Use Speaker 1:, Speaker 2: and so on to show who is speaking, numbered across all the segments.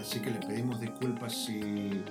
Speaker 1: Así que le pedimos disculpas si,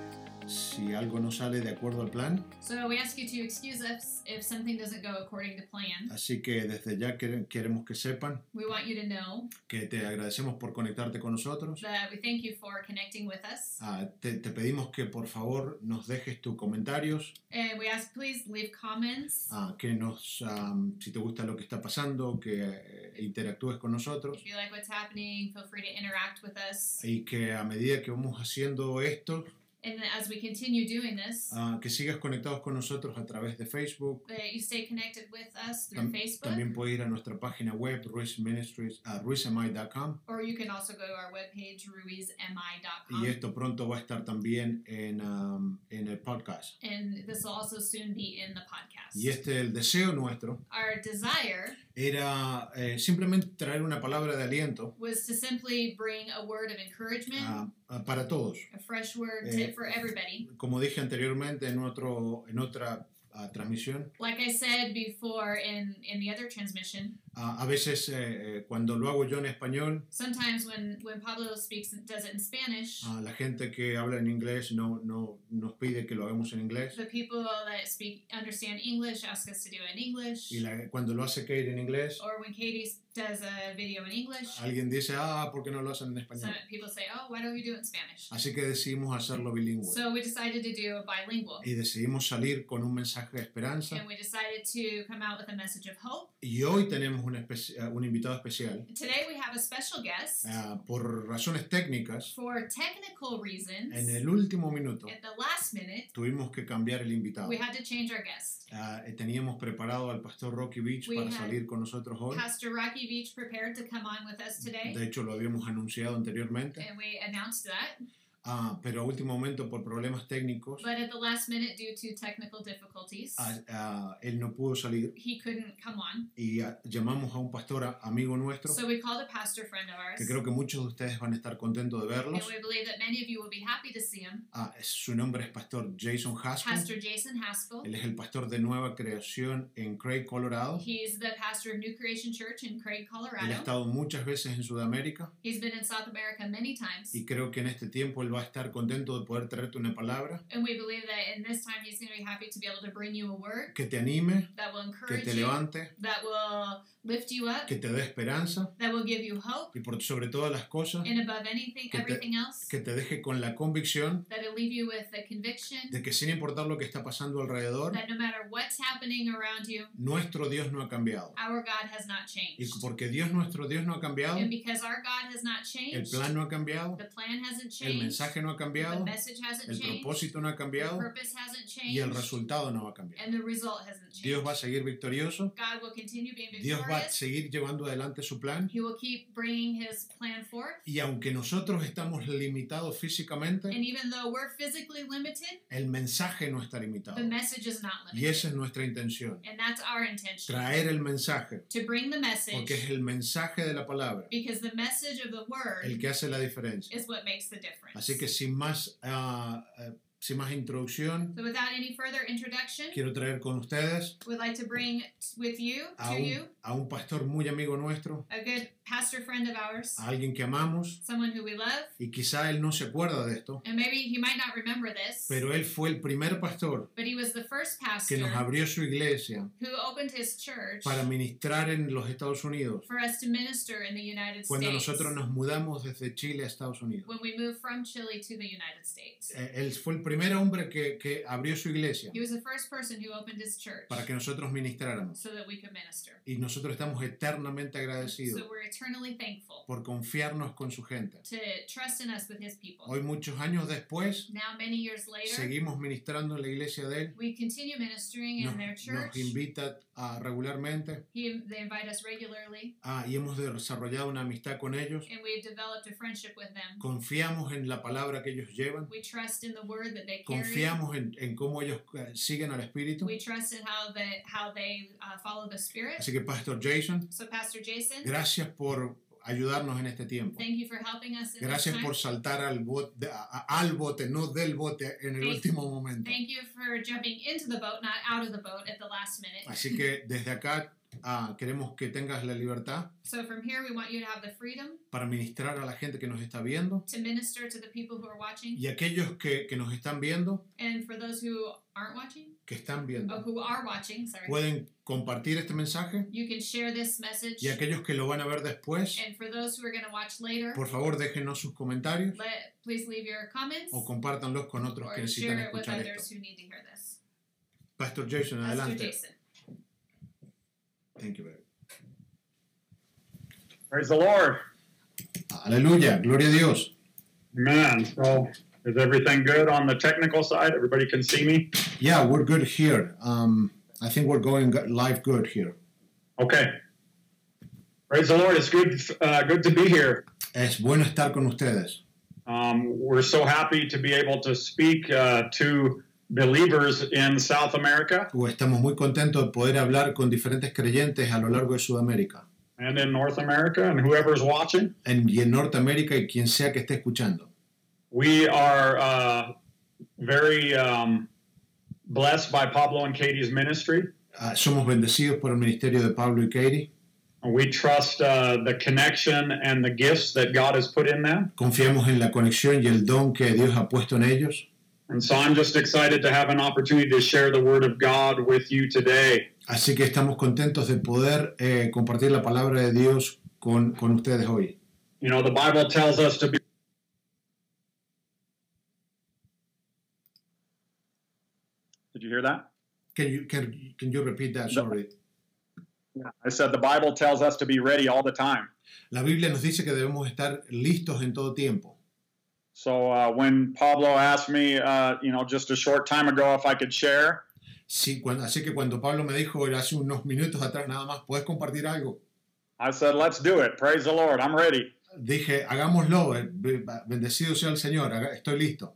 Speaker 1: si algo no sale de acuerdo al plan.
Speaker 2: So we ask you to excuse us if something doesn't go according to plan.
Speaker 1: Así que desde ya quere- queremos que sepan
Speaker 2: We want you to know
Speaker 1: que te agradecemos por conectarte con nosotros.
Speaker 2: that we thank you for connecting with us.
Speaker 1: Ah, te, te pedimos que por favor nos dejes tus comentarios,
Speaker 2: And we ask please leave comments
Speaker 1: ah, que nos, am, si te gusta lo que está pasando, que eh, interactúes con nosotros
Speaker 2: if you like what's happening. Feel free to interact with us.
Speaker 1: y que a medida que vamos haciendo esto,
Speaker 2: And as we continue doing this,
Speaker 1: ah, que sigas conectados con nosotros a través de Facebook.
Speaker 2: that you stay connected with us through
Speaker 1: Tam-
Speaker 2: Facebook,
Speaker 1: También puedes ir a nuestra página web, ah, ruizministries, a ruizmi.com.
Speaker 2: or you can also go to our webpage,
Speaker 1: Y
Speaker 2: ruizmi.com.
Speaker 1: esto pronto va a estar también en, am, en el podcast.
Speaker 2: And this will also soon be in the podcast.
Speaker 1: Y este, el deseo nuestro
Speaker 2: Our desire
Speaker 1: era eh, simplemente traer una palabra de aliento
Speaker 2: was to simply bring a word of encouragement,
Speaker 1: ah, ah, para todos.
Speaker 2: a fresh word
Speaker 1: Eh,
Speaker 2: to, for everybody.
Speaker 1: Como dije anteriormente en, otro, en otra ah, transmisión,
Speaker 2: Like I said before in, in the other transmission,
Speaker 1: ah, a veces eh, eh, cuando lo hago yo en español,
Speaker 2: sometimes when, when Pablo speaks does it in Spanish,
Speaker 1: ah, la gente que habla en inglés no, no, nos pide que lo hagamos en inglés.
Speaker 2: the people that speak understand English ask us to do it in English.
Speaker 1: Y la- cuando lo hace Kate en inglés,
Speaker 2: or when Katie s- does a video in English,
Speaker 1: alguien dice, ah, ¿por qué no lo hacen en
Speaker 2: some
Speaker 1: español?
Speaker 2: people say, oh, why don't you do it in Spanish?
Speaker 1: Así que decidimos hacerlo bilingüe.
Speaker 2: So we decided to do a bilingual.
Speaker 1: Y decidimos salir con un mensaje de esperanza.
Speaker 2: And we decided to come out with a message of hope.
Speaker 1: Y hoy tenemos un, espe- eh, un invitado especial.
Speaker 2: Today we have a special guest.
Speaker 1: Ah, por razones técnicas,
Speaker 2: For technical reasons,
Speaker 1: en el último minuto
Speaker 2: at the last minute,
Speaker 1: tuvimos que cambiar el invitado.
Speaker 2: we had to change our guest.
Speaker 1: Ah, eh, teníamos preparado al pastor Rocky Beach
Speaker 2: We
Speaker 1: para
Speaker 2: had-
Speaker 1: salir con nosotros hoy.
Speaker 2: Pastor Rocky Beach prepared to come on with us today,
Speaker 1: De hecho, lo habíamos anunciado anteriormente,
Speaker 2: and we announced that.
Speaker 1: Ah, pero a último momento, por problemas técnicos,
Speaker 2: But at the last minute, due to technical difficulties,
Speaker 1: ah, ah, él no pudo salir
Speaker 2: he couldn't come on.
Speaker 1: y ah, llamamos a un pastor a- amigo nuestro,
Speaker 2: So we called a pastor friend of ours,
Speaker 1: que creo que muchos de ustedes van a estar contentos de
Speaker 2: and
Speaker 1: verlos.
Speaker 2: we believe that many of you will be happy to see him.
Speaker 1: Ah, es- su nombre es pastor Jason Haskell.
Speaker 2: Pastor Jason Haskell.
Speaker 1: Él es el pastor de Nueva Creación en Craig, Colorado.
Speaker 2: He's the pastor of New Creation Church in Craig,
Speaker 1: Él ha
Speaker 2: Colorado.
Speaker 1: estado muchas veces en Sudamérica
Speaker 2: He's been in South America many times,
Speaker 1: y creo que en este tiempo él va a estar contento de poder traerte una palabra
Speaker 2: and we believe that in this time, he's going to be happy to be able to bring you a word
Speaker 1: que te anime,
Speaker 2: that will
Speaker 1: que
Speaker 2: encourage
Speaker 1: te
Speaker 2: you.
Speaker 1: levante,
Speaker 2: that will lift you up,
Speaker 1: que te dé esperanza
Speaker 2: that will give you hope,
Speaker 1: y por sobre todas las cosas
Speaker 2: and above anything,
Speaker 1: Que te-
Speaker 2: everything else,
Speaker 1: que te deje con la convicción
Speaker 2: that'll leave you with the conviction
Speaker 1: de que sin importar lo que está pasando alrededor,
Speaker 2: that no matter what's happening around you,
Speaker 1: nuestro Dios no ha cambiado.
Speaker 2: our God has not
Speaker 1: Y
Speaker 2: changed.
Speaker 1: porque Dios nuestro Dios no ha cambiado,
Speaker 2: And because our God has not
Speaker 1: el
Speaker 2: changed,
Speaker 1: plan no ha cambiado,
Speaker 2: the plan hasn't
Speaker 1: el
Speaker 2: changed,
Speaker 1: mensaje no ha
Speaker 2: the
Speaker 1: cambiado,
Speaker 2: message hasn't
Speaker 1: el
Speaker 2: changed,
Speaker 1: propósito no ha
Speaker 2: the
Speaker 1: cambiado
Speaker 2: purpose hasn't
Speaker 1: y el
Speaker 2: changed,
Speaker 1: resultado no va a cambiar.
Speaker 2: and the result hasn't
Speaker 1: Dios va a
Speaker 2: changed.
Speaker 1: seguir victorioso,
Speaker 2: God will continue being
Speaker 1: Dios va a
Speaker 2: victorious.
Speaker 1: seguir llevando adelante su plan
Speaker 2: He will keep bringing his plan forth.
Speaker 1: y aunque nosotros estamos limitados físicamente,
Speaker 2: And even though we're physically limited,
Speaker 1: el mensaje no está limitado.
Speaker 2: the message is not
Speaker 1: Y
Speaker 2: limited.
Speaker 1: esa es nuestra intención,
Speaker 2: And that's our intention.
Speaker 1: traer el mensaje,
Speaker 2: to bring the
Speaker 1: porque es
Speaker 2: message
Speaker 1: el mensaje de la palabra
Speaker 2: because the message of the
Speaker 1: el
Speaker 2: word
Speaker 1: que hace la diferencia.
Speaker 2: is what makes the difference.
Speaker 1: Así que sin más, ah, ah, sin más introducción,
Speaker 2: so without any further introduction,
Speaker 1: quiero traer con ustedes
Speaker 2: we'd like to bring t- with you
Speaker 1: a
Speaker 2: to you
Speaker 1: un, a un pastor muy amigo nuestro,
Speaker 2: a good pastor friend of ours,
Speaker 1: a alguien que amamos,
Speaker 2: someone who we love,
Speaker 1: y quizá él no se acuerda de esto,
Speaker 2: and maybe he might not remember this,
Speaker 1: pero él fue el primer pastor
Speaker 2: but he was the first
Speaker 1: que nos
Speaker 2: pastor
Speaker 1: abrió su iglesia
Speaker 2: who opened his church
Speaker 1: para ministrar en los Estados Unidos,
Speaker 2: for us to minister in the United
Speaker 1: cuando
Speaker 2: States
Speaker 1: nosotros nos mudamos desde Chile a Estados Unidos.
Speaker 2: when we moved from Chile to the United States.
Speaker 1: Eh, Él fue el primer hombre que, que abrió su iglesia
Speaker 2: He was the first person who opened his church
Speaker 1: para que nosotros ministráramos.
Speaker 2: so that we could minister.
Speaker 1: Y nosotros estamos eternamente agradecidos
Speaker 2: So we're eternally thankful.
Speaker 1: por confiarnos con su gente.
Speaker 2: to trust in us with his people.
Speaker 1: Hoy, muchos años después,
Speaker 2: now, many years later,
Speaker 1: seguimos ministrando en la iglesia de él.
Speaker 2: we continue ministering
Speaker 1: Nos,
Speaker 2: in their
Speaker 1: nos
Speaker 2: church.
Speaker 1: invita a, regularmente
Speaker 2: He, they invite us regularly,
Speaker 1: ah, y hemos desarrollado una amistad con ellos.
Speaker 2: and we've developed a friendship with them.
Speaker 1: Confiamos en la palabra que ellos llevan.
Speaker 2: We trust in the word that they carry.
Speaker 1: Confiamos en, en cómo ellos eh, siguen al Espíritu.
Speaker 2: We trust in how they how they uh, follow the Spirit.
Speaker 1: Así que, Pastor Jason,
Speaker 2: So, Pastor Jason,
Speaker 1: gracias por ayudarnos en este tiempo.
Speaker 2: thank you for helping us in this
Speaker 1: Gracias
Speaker 2: time.
Speaker 1: por saltar al bote, al bote, no del bote, en el
Speaker 2: Thank-
Speaker 1: último momento.
Speaker 2: Thank you for jumping into the boat, not out of the boat at the last minute.
Speaker 1: Así que desde acá a queremos que tengas la libertad
Speaker 2: So from here, we want you to have the freedom
Speaker 1: para ministrar a la gente que nos está viendo
Speaker 2: to minister to the people who are watching
Speaker 1: y aquellos que, que nos están viendo,
Speaker 2: and for those who aren't watching,
Speaker 1: que están
Speaker 2: oh,
Speaker 1: viendo,
Speaker 2: who are watching, sorry.
Speaker 1: pueden compartir este mensaje
Speaker 2: You can share this message.
Speaker 1: y aquellos que lo van a ver después,
Speaker 2: And for those who are going to watch later,
Speaker 1: por favor déjenos sus comentarios
Speaker 2: let please leave your comments
Speaker 1: o compártanlos con otros que
Speaker 2: or
Speaker 1: necesitan
Speaker 2: share it with
Speaker 1: escuchar
Speaker 2: others
Speaker 1: esto.
Speaker 2: who need to hear this.
Speaker 1: Pastor Jason,
Speaker 2: Pastor
Speaker 1: adelante.
Speaker 2: Jason.
Speaker 1: Thank you very much.
Speaker 3: Praise the Lord.
Speaker 1: Aleluya, gloria a Dios.
Speaker 3: Amen. So, is everything good on the technical side? Everybody can see me?
Speaker 1: Yeah, we're good here. Um, I think we're going go- live good here.
Speaker 3: Okay. Praise the Lord. It's good, uh, good to be here.
Speaker 1: Es bueno estar con ustedes.
Speaker 3: Um, we're so happy to be able to speak uh, to believers in South America
Speaker 1: O Pues Estamos muy contentos de poder hablar con diferentes creyentes a lo largo de Sudamérica
Speaker 3: and in North America and whoever's watching.
Speaker 1: en, y en Norteamérica y quien sea que esté escuchando.
Speaker 3: We are uh, very um, blessed by Pablo and Katie's ministry.
Speaker 1: Ah, somos bendecidos por el ministerio de Pablo y Katie.
Speaker 3: We trust uh, the connection and the gifts that God has put in them.
Speaker 1: Confiamos en la conexión y el don que Dios ha puesto en ellos.
Speaker 3: And so I'm just excited to have an opportunity to share the Word of God with you today.
Speaker 1: Así que estamos contentos de poder eh, compartir la palabra de Dios con, con ustedes hoy.
Speaker 3: You know, the Bible tells us to be. Did you hear that?
Speaker 1: Can you, can, can you repeat that? Sorry.
Speaker 3: Yeah. I said the Bible tells us to be ready all the time.
Speaker 1: La Biblia nos dice que debemos estar listos en todo tiempo.
Speaker 3: So uh, when Pablo asked me, uh, you know, just a short time ago if I could share,
Speaker 1: Sí, cuan- así que cuando Pablo me dijo hace unos minutos atrás nada más, ¿puedes compartir algo?
Speaker 3: I said, let's do it. Praise the Lord. I'm ready.
Speaker 1: Dije, hagámoslo, eh, be- bendecido sea el Señor, haga- estoy listo.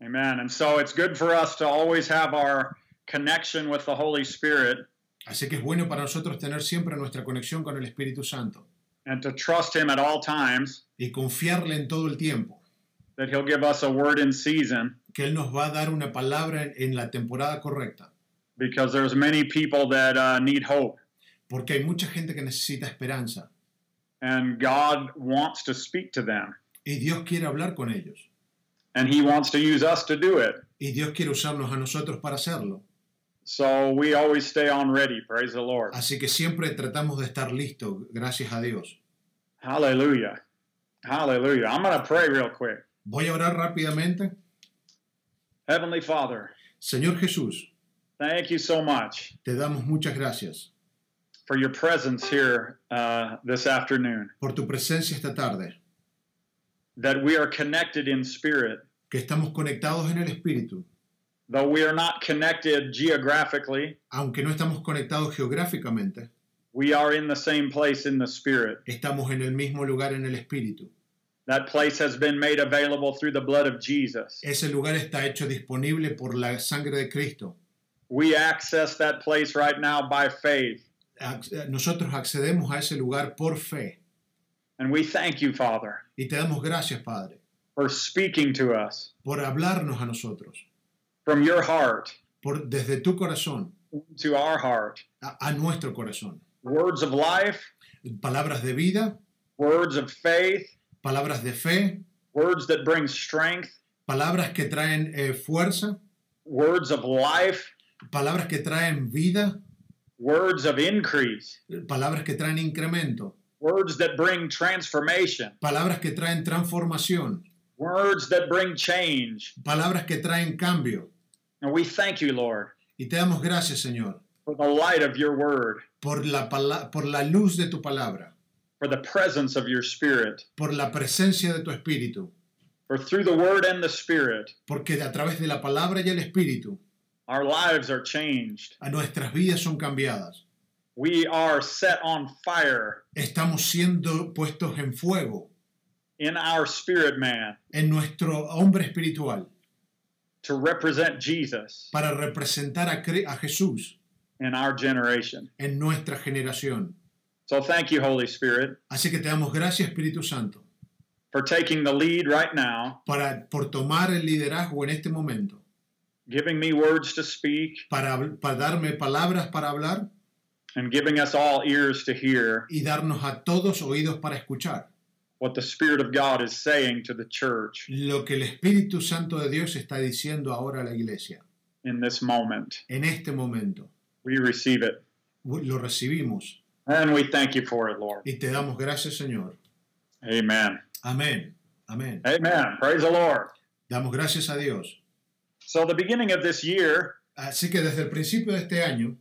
Speaker 3: Amen. And so it's good for us to always have our connection with the Holy Spirit
Speaker 1: Así que es bueno para nosotros tener siempre nuestra conexión con el Espíritu Santo
Speaker 3: and to trust Him at all times.
Speaker 1: y confiarle en todo el tiempo,
Speaker 3: that he'll give us a word in season
Speaker 1: que Él nos va a dar una palabra en, en la temporada correcta,
Speaker 3: because there's many people that uh, need hope
Speaker 1: porque hay mucha gente que necesita esperanza
Speaker 3: and god wants to speak to them
Speaker 1: y Dios quiere hablar con ellos
Speaker 3: and he wants to use us to do it
Speaker 1: y Dios quiere usarnos a nosotros para hacerlo.
Speaker 3: so we always stay on ready praise the lord
Speaker 1: Así que siempre tratamos de estar listos, gracias a Dios.
Speaker 3: hallelujah hallelujah i'm going to pray real quick
Speaker 1: Voy a orar rápidamente.
Speaker 3: heavenly father
Speaker 1: Señor Jesús,
Speaker 3: thank you so much
Speaker 1: te damos muchas gracias
Speaker 3: for your presence here uh, this afternoon
Speaker 1: por tu presencia esta tarde,
Speaker 3: that we are connected in spirit
Speaker 1: que estamos conectados en el Espíritu,
Speaker 3: though we are not connected geographically
Speaker 1: aunque no estamos conectados geográficamente,
Speaker 3: we are in the same place in the spirit
Speaker 1: estamos en el mismo lugar en el Espíritu.
Speaker 3: That place has been made available through the blood of Jesus.
Speaker 1: Ese lugar está hecho disponible por la sangre de Cristo.
Speaker 3: We access that place right now by faith.
Speaker 1: Ac- eh, Nosotros accedemos a ese lugar por fe
Speaker 3: And we thank you, Father,
Speaker 1: y te damos gracias, Padre,
Speaker 3: for speaking to us
Speaker 1: por hablarnos a nosotros,
Speaker 3: from your heart
Speaker 1: por desde tu corazón
Speaker 3: to our heart.
Speaker 1: a, a nuestro corazón.
Speaker 3: Words of life,
Speaker 1: Palabras de vida,
Speaker 3: words of faith,
Speaker 1: palabras de fe,
Speaker 3: words that bring strength,
Speaker 1: palabras que traen eh, fuerza,
Speaker 3: words of life,
Speaker 1: palabras que traen vida,
Speaker 3: words of increase,
Speaker 1: palabras que traen incremento,
Speaker 3: words that bring transformation,
Speaker 1: palabras que traen transformación,
Speaker 3: words that bring change.
Speaker 1: palabras que traen cambio.
Speaker 3: And we thank you, Lord,
Speaker 1: Y te damos gracias, Señor,
Speaker 3: for the light of your word,
Speaker 1: por la, pala- por la luz de tu palabra,
Speaker 3: for the presence of your spirit.
Speaker 1: por la presencia de tu Espíritu,
Speaker 3: For through the word and the spirit,
Speaker 1: porque a través de la palabra y el Espíritu
Speaker 3: Our lives are changed.
Speaker 1: a nuestras vidas son cambiadas.
Speaker 3: We are set on fire
Speaker 1: Estamos siendo puestos en fuego
Speaker 3: in our spirit man
Speaker 1: en nuestro hombre espiritual
Speaker 3: to represent Jesus
Speaker 1: para representar a, Cre- a Jesús
Speaker 3: in our generation.
Speaker 1: en nuestra generación.
Speaker 3: So thank you, Holy Spirit,
Speaker 1: Así que te damos gracias, Espíritu Santo.
Speaker 3: for taking the lead right now,
Speaker 1: para, por tomar el liderazgo en este momento,
Speaker 3: giving me words to speak,
Speaker 1: para, habl- para darme palabras para hablar
Speaker 3: and giving us all ears to hear
Speaker 1: y darnos a todos oídos para escuchar
Speaker 3: what the Spirit of God is saying to the church
Speaker 1: lo que el Espíritu Santo de Dios está diciendo ahora a la iglesia.
Speaker 3: in this moment.
Speaker 1: En este momento
Speaker 3: We receive it.
Speaker 1: lo recibimos
Speaker 3: And we thank you for it, Lord.
Speaker 1: y te damos gracias, Señor.
Speaker 3: Amen.
Speaker 1: Amén, amén.
Speaker 3: Amen. Praise the Lord.
Speaker 1: Damos gracias a Dios.
Speaker 3: So, the beginning of this year,
Speaker 1: Así que desde el principio de este año,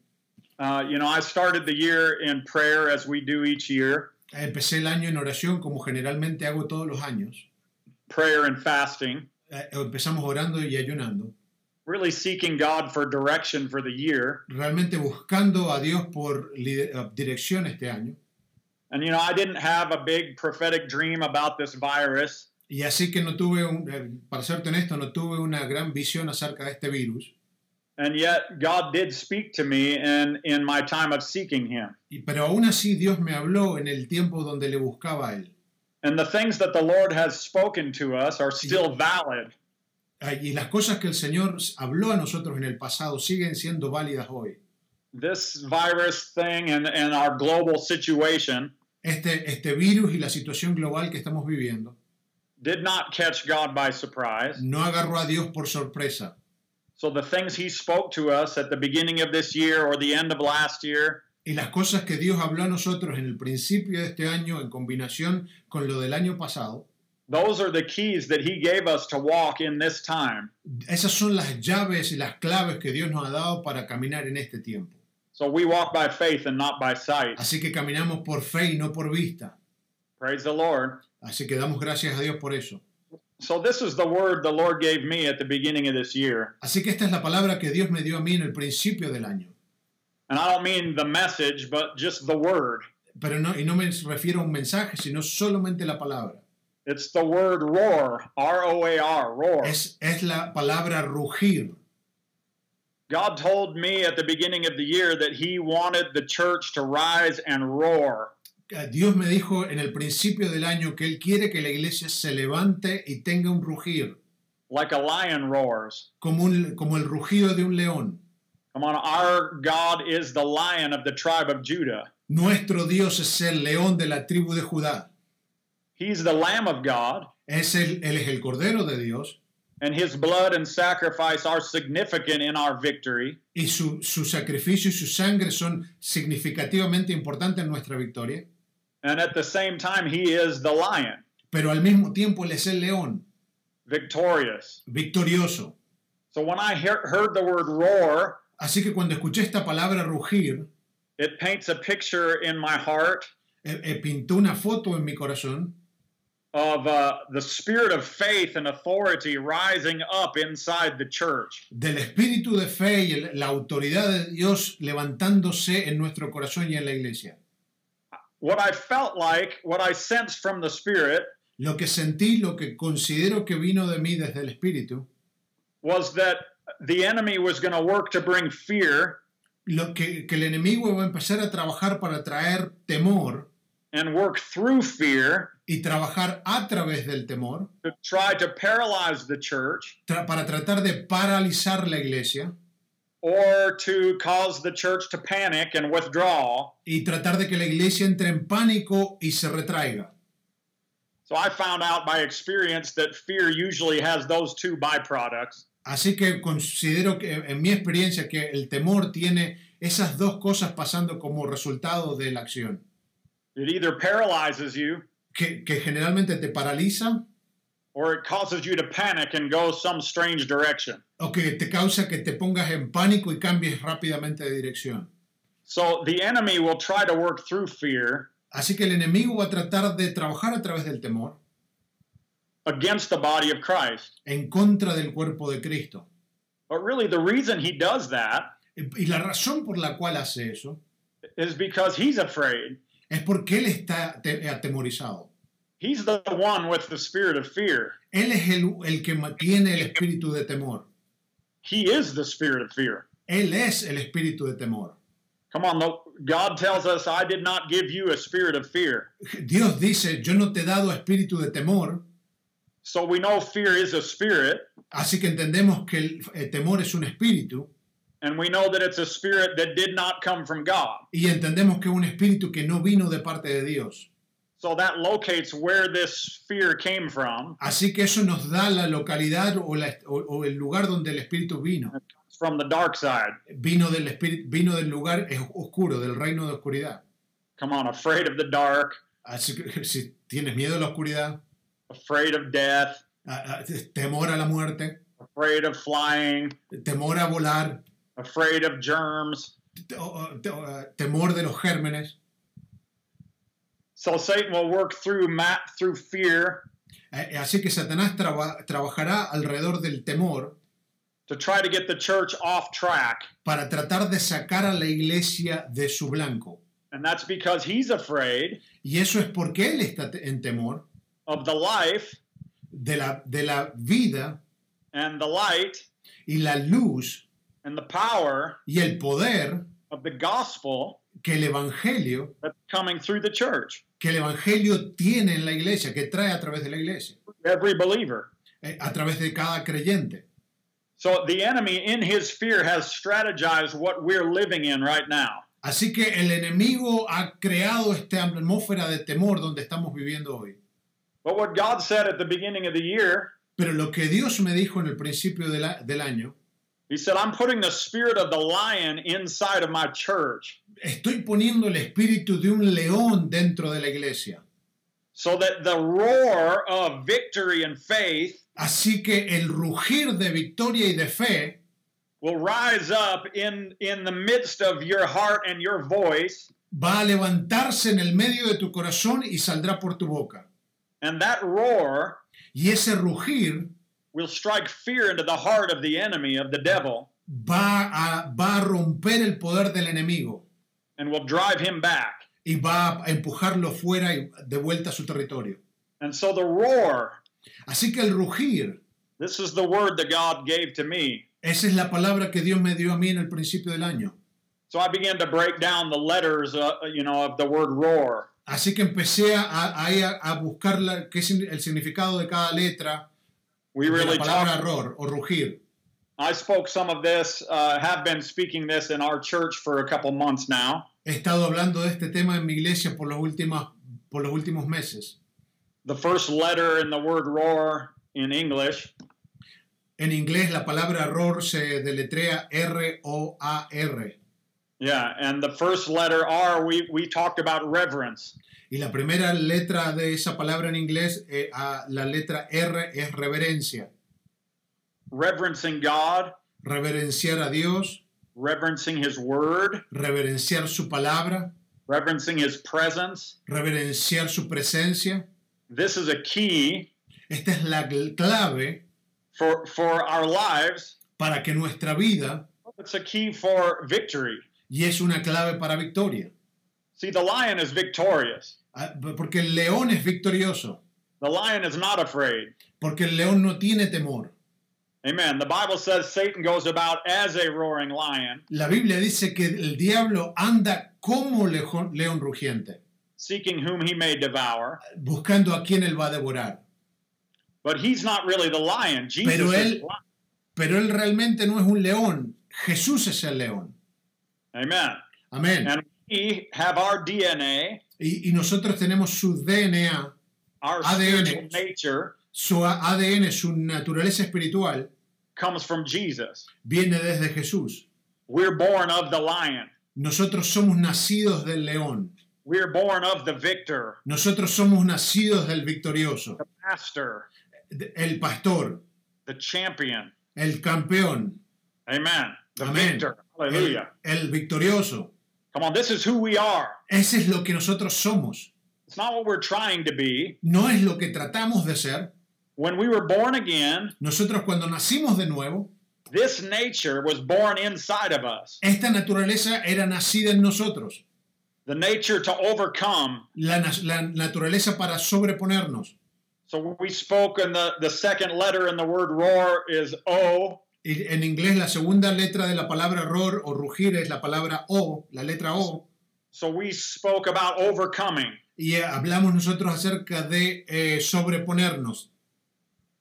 Speaker 3: uh, you know, I started the year in prayer as we do each year,
Speaker 1: empecé el año en oración como generalmente hago todos los años.
Speaker 3: prayer and fasting,
Speaker 1: Eh, Empezamos orando y ayunando,
Speaker 3: really seeking God for direction for the year.
Speaker 1: realmente buscando a Dios por lider- eh, dirección este año.
Speaker 3: And, you know, I didn't have a big prophetic dream about this virus.
Speaker 1: Y así que no tuve, un, eh, para serte honesto, no tuve una gran visión acerca de este virus.
Speaker 3: And yet, God did speak to me and in my time of seeking Him.
Speaker 1: Y- Pero aún así Dios me habló en el tiempo donde le buscaba a Él.
Speaker 3: And the things that the Lord has spoken to us are still valid.
Speaker 1: Ah, Y las cosas que el Señor habló a nosotros en el pasado siguen siendo válidas hoy.
Speaker 3: This virus thing and, and our global situation
Speaker 1: Este, este virus y la situación global que estamos viviendo
Speaker 3: did not catch God by surprise.
Speaker 1: no agarró a Dios por sorpresa.
Speaker 3: So the things He spoke to us at the beginning of this year or the end of last year
Speaker 1: Y las cosas que Dios habló a nosotros en el principio de este año en combinación con lo del año pasado,
Speaker 3: Those are the keys that he gave us to walk in this time.
Speaker 1: esas son las llaves y las claves que Dios nos ha dado para caminar en este tiempo.
Speaker 3: So we walk by faith and not by sight.
Speaker 1: Así que caminamos por fe y no por vista.
Speaker 3: Praise the Lord.
Speaker 1: Así que damos gracias a Dios por eso.
Speaker 3: So this is the word the Lord gave me at the beginning of this year.
Speaker 1: Así que esta es la palabra que Dios me dio a mí en el principio del año.
Speaker 3: And I don't mean the message, but just the word.
Speaker 1: Pero no, y no me refiero a un mensaje, sino solamente la palabra.
Speaker 3: It's the word roar, R O A R, roar.
Speaker 1: Es, es la palabra rugir.
Speaker 3: God told me at the beginning of the year that he wanted the church to rise and roar.
Speaker 1: Eh, Dios me dijo en el principio del año que Él quiere que la iglesia se levante y tenga un rugir,
Speaker 3: Like a lion roars.
Speaker 1: como, un- como el rugido de un león.
Speaker 3: Come on, our God is the lion of the tribe of Judah.
Speaker 1: Nuestro Dios es el león de la tribu de Judá.
Speaker 3: He's the Lamb of God.
Speaker 1: Es el, él es el Cordero de Dios
Speaker 3: and his blood and sacrifice are significant in our victory.
Speaker 1: y su, su sacrificio y su sangre son significativamente importantes en nuestra victoria.
Speaker 3: And at the same time, he is the lion,
Speaker 1: Pero al mismo tiempo Él es el león,
Speaker 3: victorious.
Speaker 1: victorioso.
Speaker 3: So when I hear, heard the word roar,
Speaker 1: Así que cuando escuché esta palabra rugir,
Speaker 3: it paints a picture in my heart
Speaker 1: eh, eh, pintó una foto en mi corazón
Speaker 3: of uh, the spirit of faith and authority rising up inside the church.
Speaker 1: del espíritu de fe y el- la autoridad de Dios levantándose en nuestro corazón y en la iglesia.
Speaker 3: What I felt like, what I sensed from the spirit,
Speaker 1: Lo que sentí, lo que considero que vino de mí desde el espíritu,
Speaker 3: was that the enemy was going to work to bring fear
Speaker 1: lo que, que el enemigo va a empezar a trabajar para traer temor
Speaker 3: and work through fear
Speaker 1: y trabajar a través del temor
Speaker 3: to try to paralyze the church
Speaker 1: tra- para tratar de paralizar la iglesia
Speaker 3: or to cause the church to panic and withdraw.
Speaker 1: y tratar de que la iglesia entre en pánico y se retraiga.
Speaker 3: So I found out by experience that fear usually has those two byproducts.
Speaker 1: Así que considero que en mi experiencia que el temor tiene esas dos cosas pasando como resultado de la acción,
Speaker 3: It either paralyzes you
Speaker 1: que, que generalmente te paraliza
Speaker 3: or it causes you to panic and go some strange direction.
Speaker 1: o que te causa que te pongas en pánico y cambies rápidamente de dirección.
Speaker 3: So the enemy will try to work through fear
Speaker 1: Así que el enemigo va a tratar de trabajar a través del temor
Speaker 3: against the body of Christ.
Speaker 1: en contra del cuerpo de Cristo.
Speaker 3: But really, the reason he does that
Speaker 1: Y la razón por la cual hace eso
Speaker 3: is because he's afraid.
Speaker 1: es porque él está te- atemorizado.
Speaker 3: He's the one with the spirit of fear.
Speaker 1: Él es el, el que mantiene el espíritu de temor.
Speaker 3: He is the spirit of fear.
Speaker 1: Él es el espíritu de temor.
Speaker 3: Come on, the, God tells us, I did not give you a spirit of fear.
Speaker 1: Dios dice, yo no te he dado espíritu de temor,
Speaker 3: So we know fear is a spirit,
Speaker 1: así que entendemos que el, el temor es un espíritu,
Speaker 3: And we know that it's a spirit that did not come from God.
Speaker 1: Y entendemos que es un espíritu que no vino de parte de Dios.
Speaker 3: So that locates where this fear came from.
Speaker 1: Así que eso nos da la localidad o, la- o- o el lugar donde el espíritu vino.
Speaker 3: It's from the dark side.
Speaker 1: Vino del, espíritu, vino del lugar es- oscuro, del reino de oscuridad.
Speaker 3: Come on, afraid of the dark,
Speaker 1: Así que si tienes miedo a la oscuridad,
Speaker 3: afraid of death,
Speaker 1: a- a- temor a la muerte,
Speaker 3: afraid of flying,
Speaker 1: temor a volar,
Speaker 3: afraid of germs.
Speaker 1: te- o- o- te- o- temor de los gérmenes,
Speaker 3: So Satan will work through Matt through fear
Speaker 1: Eh, Así que Satanás traba- trabajará alrededor del temor
Speaker 3: to try to get the church off track.
Speaker 1: para tratar de sacar a la iglesia de su blanco.
Speaker 3: And that's because he's afraid
Speaker 1: Y eso es porque él está te- en temor
Speaker 3: of the life
Speaker 1: de la, de la vida
Speaker 3: and the light
Speaker 1: y la luz
Speaker 3: and the power
Speaker 1: y el poder
Speaker 3: of the gospel
Speaker 1: que el Evangelio,
Speaker 3: that's coming through the church,
Speaker 1: que el Evangelio tiene en la iglesia, que trae a través de la iglesia,
Speaker 3: every believer.
Speaker 1: eh, a través de cada creyente.
Speaker 3: So the enemy in his fear has strategized what we're living in right now.
Speaker 1: Así que el enemigo ha creado esta atmósfera de temor donde estamos viviendo hoy.
Speaker 3: But what God said at the beginning of the year,
Speaker 1: Pero lo que Dios me dijo en el principio de la- del año
Speaker 3: he said, I'm putting the spirit of the lion inside of my church
Speaker 1: estoy poniendo el espíritu de un león dentro de la iglesia.
Speaker 3: so that the roar of victory and faith
Speaker 1: Así que el rugir de victoria y de fe
Speaker 3: will rise up in, in the midst of your heart and your voice.
Speaker 1: va a levantarse en el medio de tu corazón y saldrá por tu boca.
Speaker 3: And that roar
Speaker 1: Y ese rugir
Speaker 3: will strike fear into the heart of the enemy, of the devil,
Speaker 1: va a, va a romper el poder del enemigo
Speaker 3: and will drive him back.
Speaker 1: y va a empujarlo fuera y de vuelta a su territorio.
Speaker 3: And so the roar,
Speaker 1: Así que el rugir,
Speaker 3: this is the word that God gave to me.
Speaker 1: esa es la palabra que Dios me dio a mí en el principio del año.
Speaker 3: So I began to break down the letters, uh, you know, of the word roar.
Speaker 1: Así que empecé a, a- a buscar la- qué sin- el significado de cada letra
Speaker 3: We
Speaker 1: de la
Speaker 3: really
Speaker 1: palabra
Speaker 3: talked.
Speaker 1: error o rugir.
Speaker 3: I spoke some of this, uh, have been speaking this in our church for a couple months now.
Speaker 1: He estado hablando de este tema en mi iglesia por los últimos, por los últimos meses.
Speaker 3: The first letter in the word roar in English
Speaker 1: En inglés la palabra error se deletrea R-O-A-R.
Speaker 3: Yeah, and the first letter R, we, we talked about reverence.
Speaker 1: Y la primera letra de esa palabra en inglés, eh, a la letra R, es reverencia.
Speaker 3: Reverencing God,
Speaker 1: Reverenciar a Dios,
Speaker 3: reverencing His Word,
Speaker 1: reverenciar su palabra,
Speaker 3: reverencing His presence.
Speaker 1: reverenciar su presencia.
Speaker 3: This is a key
Speaker 1: Esta es la cl- clave
Speaker 3: for, for our lives,
Speaker 1: para que nuestra vida,
Speaker 3: it's a key for victory.
Speaker 1: y es una clave para victoria,
Speaker 3: See, the lion is victorious,
Speaker 1: Ah, porque el león es victorioso,
Speaker 3: the lion is not afraid.
Speaker 1: porque el león no tiene temor.
Speaker 3: Amen. The Bible says Satan goes about as a roaring lion,
Speaker 1: La Biblia dice que el diablo anda como lejo- león rugiente,
Speaker 3: seeking whom he may devour.
Speaker 1: buscando a quien él va a devorar.
Speaker 3: But he's not really the lion. Jesus
Speaker 1: Pero
Speaker 3: is
Speaker 1: él-
Speaker 3: the lion.
Speaker 1: Pero él realmente no es un león, Jesús es el león.
Speaker 3: Amen.
Speaker 1: Amén.
Speaker 3: And we have our DNA,
Speaker 1: Y, y nosotros tenemos su DNA,
Speaker 3: our
Speaker 1: ADN.
Speaker 3: spiritual nature
Speaker 1: su A- ADN, su naturaleza espiritual,
Speaker 3: comes from Jesus.
Speaker 1: viene desde Jesús.
Speaker 3: We're born of the lion.
Speaker 1: Nosotros somos nacidos del león,
Speaker 3: We're born of the victor,
Speaker 1: nosotros somos nacidos del victorioso,
Speaker 3: master,
Speaker 1: de- el pastor,
Speaker 3: the champion.
Speaker 1: el campeón,
Speaker 3: Amen. The
Speaker 1: Amen.
Speaker 3: victor.
Speaker 1: el,
Speaker 3: Hallelujah.
Speaker 1: el victorioso.
Speaker 3: Come on, this is who we are.
Speaker 1: Ese es lo que nosotros somos.
Speaker 3: It's not what we're trying to be.
Speaker 1: no es lo que tratamos de ser.
Speaker 3: When we were born again,
Speaker 1: Nosotros cuando nacimos de nuevo,
Speaker 3: this nature was born inside of us.
Speaker 1: esta naturaleza era nacida en nosotros,
Speaker 3: The nature to overcome.
Speaker 1: la, nas- la naturaleza para sobreponernos.
Speaker 3: So we spoke in the, the second letter in the word roar is O.
Speaker 1: Y En inglés la segunda letra de la palabra roar o rugir es la palabra O, la letra O,
Speaker 3: So we spoke about overcoming.
Speaker 1: y eh, hablamos nosotros acerca de eh, sobreponernos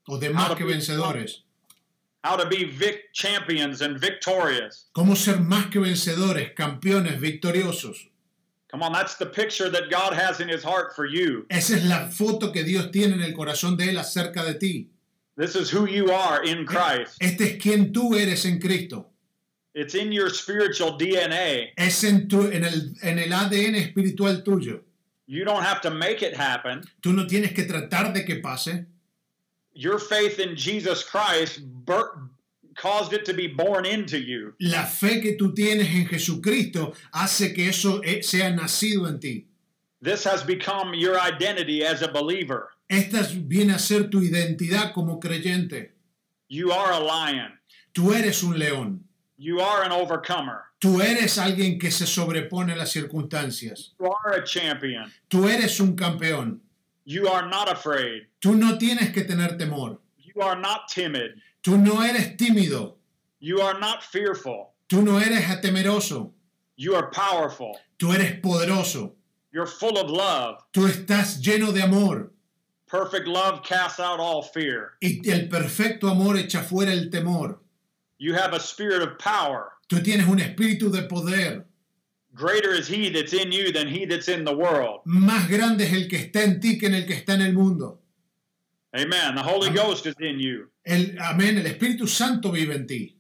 Speaker 1: o de más que vencedores.
Speaker 3: how to be vic champions and victorious.
Speaker 1: cómo ser más que vencedores, campeones, victoriosos.
Speaker 3: Come on, that's the picture that God has in his heart for you.
Speaker 1: Esa es la foto que Dios tiene en el corazón de Él acerca de ti.
Speaker 3: This is who you are in Christ.
Speaker 1: Este es quien tú eres en Cristo.
Speaker 3: It's in your spiritual DNA.
Speaker 1: Es en, tu, en, el, en el ADN espiritual tuyo.
Speaker 3: You don't have to make it happen.
Speaker 1: Tú no tienes que tratar de que pase.
Speaker 3: Your faith in Jesus Christ bur- caused it to be born into you.
Speaker 1: La fe que tú tienes en Jesucristo hace que eso eh, sea nacido en ti.
Speaker 3: This has become your identity as a believer.
Speaker 1: Esta es- viene a ser tu identidad como creyente.
Speaker 3: You are a lion.
Speaker 1: Tú eres un león.
Speaker 3: You are an overcomer.
Speaker 1: Tú eres alguien que se sobrepone a las circunstancias.
Speaker 3: You are a champion.
Speaker 1: Tú eres un campeón.
Speaker 3: You are not afraid.
Speaker 1: Tú no tienes que tener temor.
Speaker 3: You are not timid.
Speaker 1: Tú no eres tímido.
Speaker 3: You are not fearful.
Speaker 1: Tú no eres atemeroso.
Speaker 3: You are powerful.
Speaker 1: Tú eres poderoso.
Speaker 3: You're full of love.
Speaker 1: Tú estás lleno de amor.
Speaker 3: Perfect love casts out all fear.
Speaker 1: Y el perfecto amor echa fuera el temor.
Speaker 3: You have a spirit of power.
Speaker 1: Tú tienes un espíritu de poder.
Speaker 3: Greater is he that's in you than he that's in the world.
Speaker 1: Más grande es el que está en ti que en el que está en el mundo.
Speaker 3: Amen. The Holy
Speaker 1: Amen.
Speaker 3: Ghost is in you.
Speaker 1: El, amén. El Espíritu Santo vive en ti.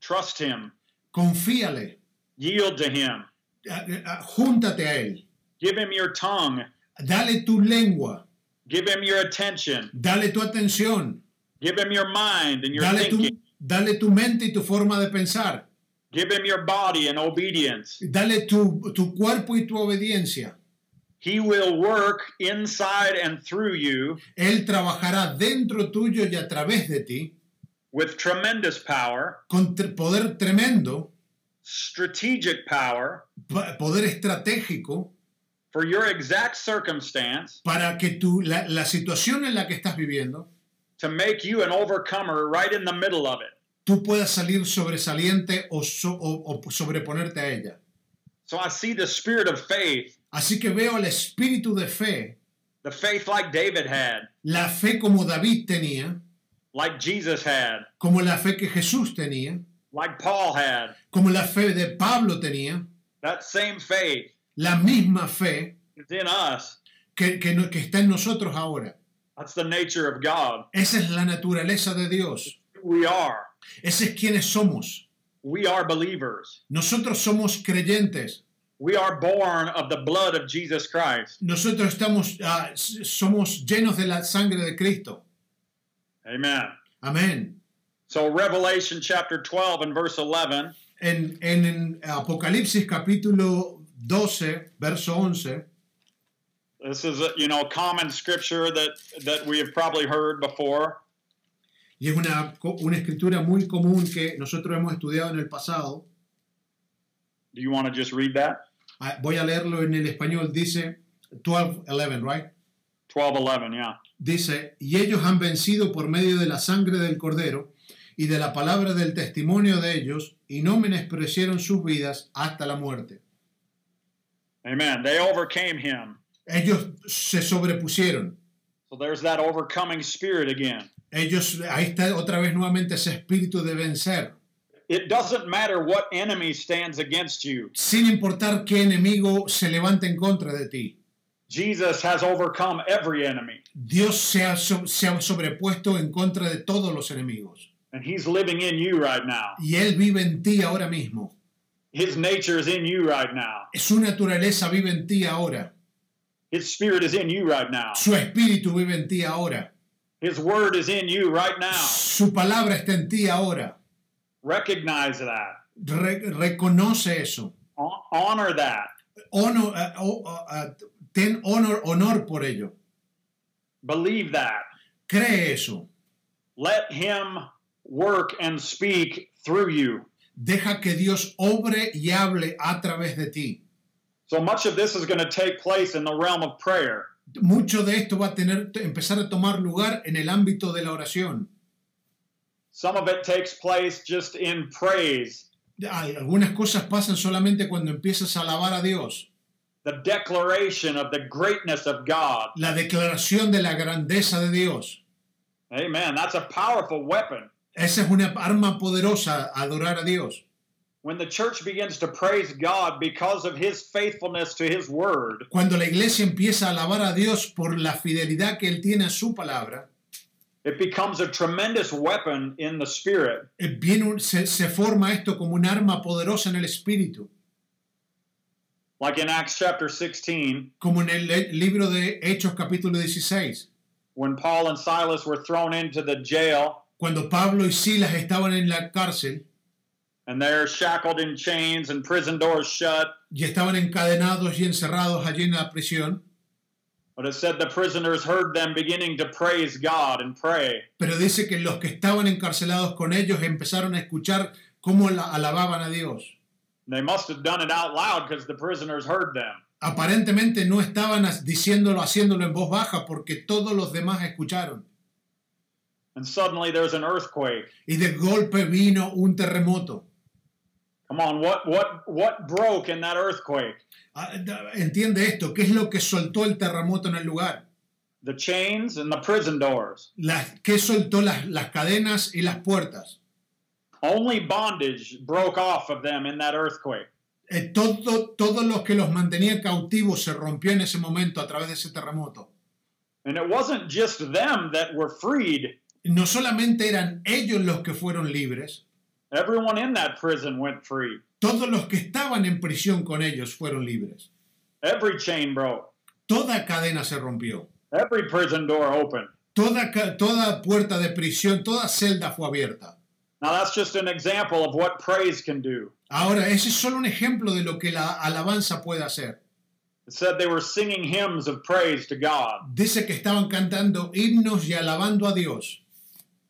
Speaker 3: Trust him.
Speaker 1: Confíale.
Speaker 3: Yield to him.
Speaker 1: A- a- Júntate a Él.
Speaker 3: Give him your tongue.
Speaker 1: Dale tu lengua.
Speaker 3: Give him your attention.
Speaker 1: Dale tu atención.
Speaker 3: Give him your mind and your
Speaker 1: Dale tu,
Speaker 3: thinking.
Speaker 1: dale tu mente y tu forma de pensar.
Speaker 3: Give him your body and obedience.
Speaker 1: Dale tu, tu cuerpo y tu obediencia.
Speaker 3: He will work inside and through you
Speaker 1: Él trabajará dentro tuyo y a través de ti
Speaker 3: with tremendous power,
Speaker 1: con tr- poder tremendo,
Speaker 3: strategic power
Speaker 1: pa- poder estratégico,
Speaker 3: for your exact circumstance
Speaker 1: para que tu, la, la situación en la que estás viviendo,
Speaker 3: to make you an overcomer right in the middle of it.
Speaker 1: tú puedas salir sobresaliente o, so- o- o sobreponerte a ella.
Speaker 3: So I see the spirit of faith,
Speaker 1: Así que veo el espíritu de fe,
Speaker 3: the faith like David had,
Speaker 1: la fe como David tenía,
Speaker 3: like Jesus had,
Speaker 1: como la fe que Jesús tenía,
Speaker 3: like Paul had.
Speaker 1: como la fe de Pablo tenía,
Speaker 3: That same faith
Speaker 1: la misma fe
Speaker 3: is in us.
Speaker 1: que- que no- que está en nosotros ahora.
Speaker 3: That's the nature of God.
Speaker 1: Esa es la naturaleza de Dios.
Speaker 3: We are.
Speaker 1: Ese es quienes somos.
Speaker 3: We are believers.
Speaker 1: Nosotros somos creyentes.
Speaker 3: We are born of the blood of Jesus Christ.
Speaker 1: Nosotros estamos, ah, s- somos llenos de la sangre de Cristo.
Speaker 3: Amen.
Speaker 1: Amén.
Speaker 3: So, Revelation chapter 12 and verse 11,
Speaker 1: En, en- en Apocalipsis capítulo 12, verso 11,
Speaker 3: this is, a, you know, common scripture that, that we have probably heard before.
Speaker 1: y es una, co- una escritura muy común que nosotros hemos estudiado en el pasado.
Speaker 3: Do you want to just read that?
Speaker 1: Ah, Voy a leerlo en el español. Dice 12, 11, right?
Speaker 3: 12 11, yeah.
Speaker 1: Dice, y ellos han vencido por medio de la sangre del cordero y de la palabra del testimonio de ellos, y no menospreciaron sus vidas hasta la muerte.
Speaker 3: Amen. They overcame him.
Speaker 1: Ellos se sobrepusieron.
Speaker 3: So, there's that overcoming spirit again.
Speaker 1: Ellos, ahí está otra vez nuevamente ese espíritu de vencer.
Speaker 3: It doesn't matter what enemy stands against you,
Speaker 1: Sin importar qué enemigo se levante en contra de ti.
Speaker 3: Jesus has overcome every enemy,
Speaker 1: Dios se ha, so- se ha sobrepuesto en contra de todos los enemigos.
Speaker 3: and he's living in you right now.
Speaker 1: Y Él vive en ti ahora mismo.
Speaker 3: His nature is in you right now.
Speaker 1: Su naturaleza vive en ti ahora.
Speaker 3: His spirit is in you right now.
Speaker 1: Su espíritu vive en ti ahora.
Speaker 3: His word is in you right now.
Speaker 1: Su palabra está en ti ahora.
Speaker 3: Recognize that.
Speaker 1: Re- reconoce eso.
Speaker 3: Hon- Honor that.
Speaker 1: Honor, eh, o- o- eh, ten honor, honor por ello.
Speaker 3: Believe that.
Speaker 1: Cree eso.
Speaker 3: Let him work and speak through you.
Speaker 1: Deja que Dios obre y hable a través de ti.
Speaker 3: So much of this is going to take place in the realm of prayer.
Speaker 1: Mucho de esto va a tener, empezar a tomar lugar en el ámbito de la oración.
Speaker 3: Some of it takes place just in praise,
Speaker 1: Hay- Algunas cosas pasan solamente cuando empiezas a alabar a Dios.
Speaker 3: the declaration of the greatness of God.
Speaker 1: La declaración de la grandeza de Dios.
Speaker 3: Amen. That's a powerful weapon.
Speaker 1: Esa es una arma poderosa, adorar a Dios.
Speaker 3: When the church begins to praise God because of his faithfulness to his word,
Speaker 1: Cuando la iglesia empieza a alabar a Dios por la fidelidad que Él tiene a su palabra,
Speaker 3: it becomes a tremendous weapon in the spirit.
Speaker 1: eh, viene un- se, se forma esto como un arma poderosa en el espíritu.
Speaker 3: Like in Acts chapter 16,
Speaker 1: Como en el le- libro de Hechos capítulo 16,
Speaker 3: when Paul and Silas were thrown into the jail
Speaker 1: cuando Pablo y Silas estaban en la cárcel
Speaker 3: and they're shackled in chains and prison doors shut.
Speaker 1: y estaban encadenados y encerrados allí en la prisión,
Speaker 3: But it said the prisoners heard them beginning to praise God and pray.
Speaker 1: pero dice que los que estaban encarcelados con ellos empezaron a escuchar cómo la- alababan a Dios.
Speaker 3: They must have done it out loud because the prisoners heard them.
Speaker 1: Aparentemente no estaban as- diciéndolo, haciéndolo en voz baja porque todos los demás escucharon.
Speaker 3: And suddenly there's an earthquake.
Speaker 1: Y de golpe vino un terremoto.
Speaker 3: Come on, what what what broke in that earthquake?
Speaker 1: Ah, da- Entiende esto, ¿qué es lo que soltó el terremoto en el lugar?
Speaker 3: The chains and the prison doors.
Speaker 1: Las, ¿Qué soltó las, las cadenas y las puertas?
Speaker 3: Only bondage broke off of them in that earthquake.
Speaker 1: Eh, todo, todo lo que los mantenía cautivos se rompió en ese momento a través de ese terremoto.
Speaker 3: And it wasn't just them that were freed.
Speaker 1: No solamente eran ellos los que fueron libres,
Speaker 3: Everyone in that prison went free.
Speaker 1: Todos los que estaban en prisión con ellos fueron libres.
Speaker 3: Every chain broke.
Speaker 1: Toda cadena se rompió.
Speaker 3: Every prison door opened.
Speaker 1: Toda, ca- toda puerta de prisión, toda celda fue abierta.
Speaker 3: Now that's just an example of what praise can do.
Speaker 1: Ahora, ese es solo un ejemplo de lo que la alabanza puede hacer.
Speaker 3: It said they were singing hymns of praise to God.
Speaker 1: Dice que estaban cantando himnos y alabando a Dios.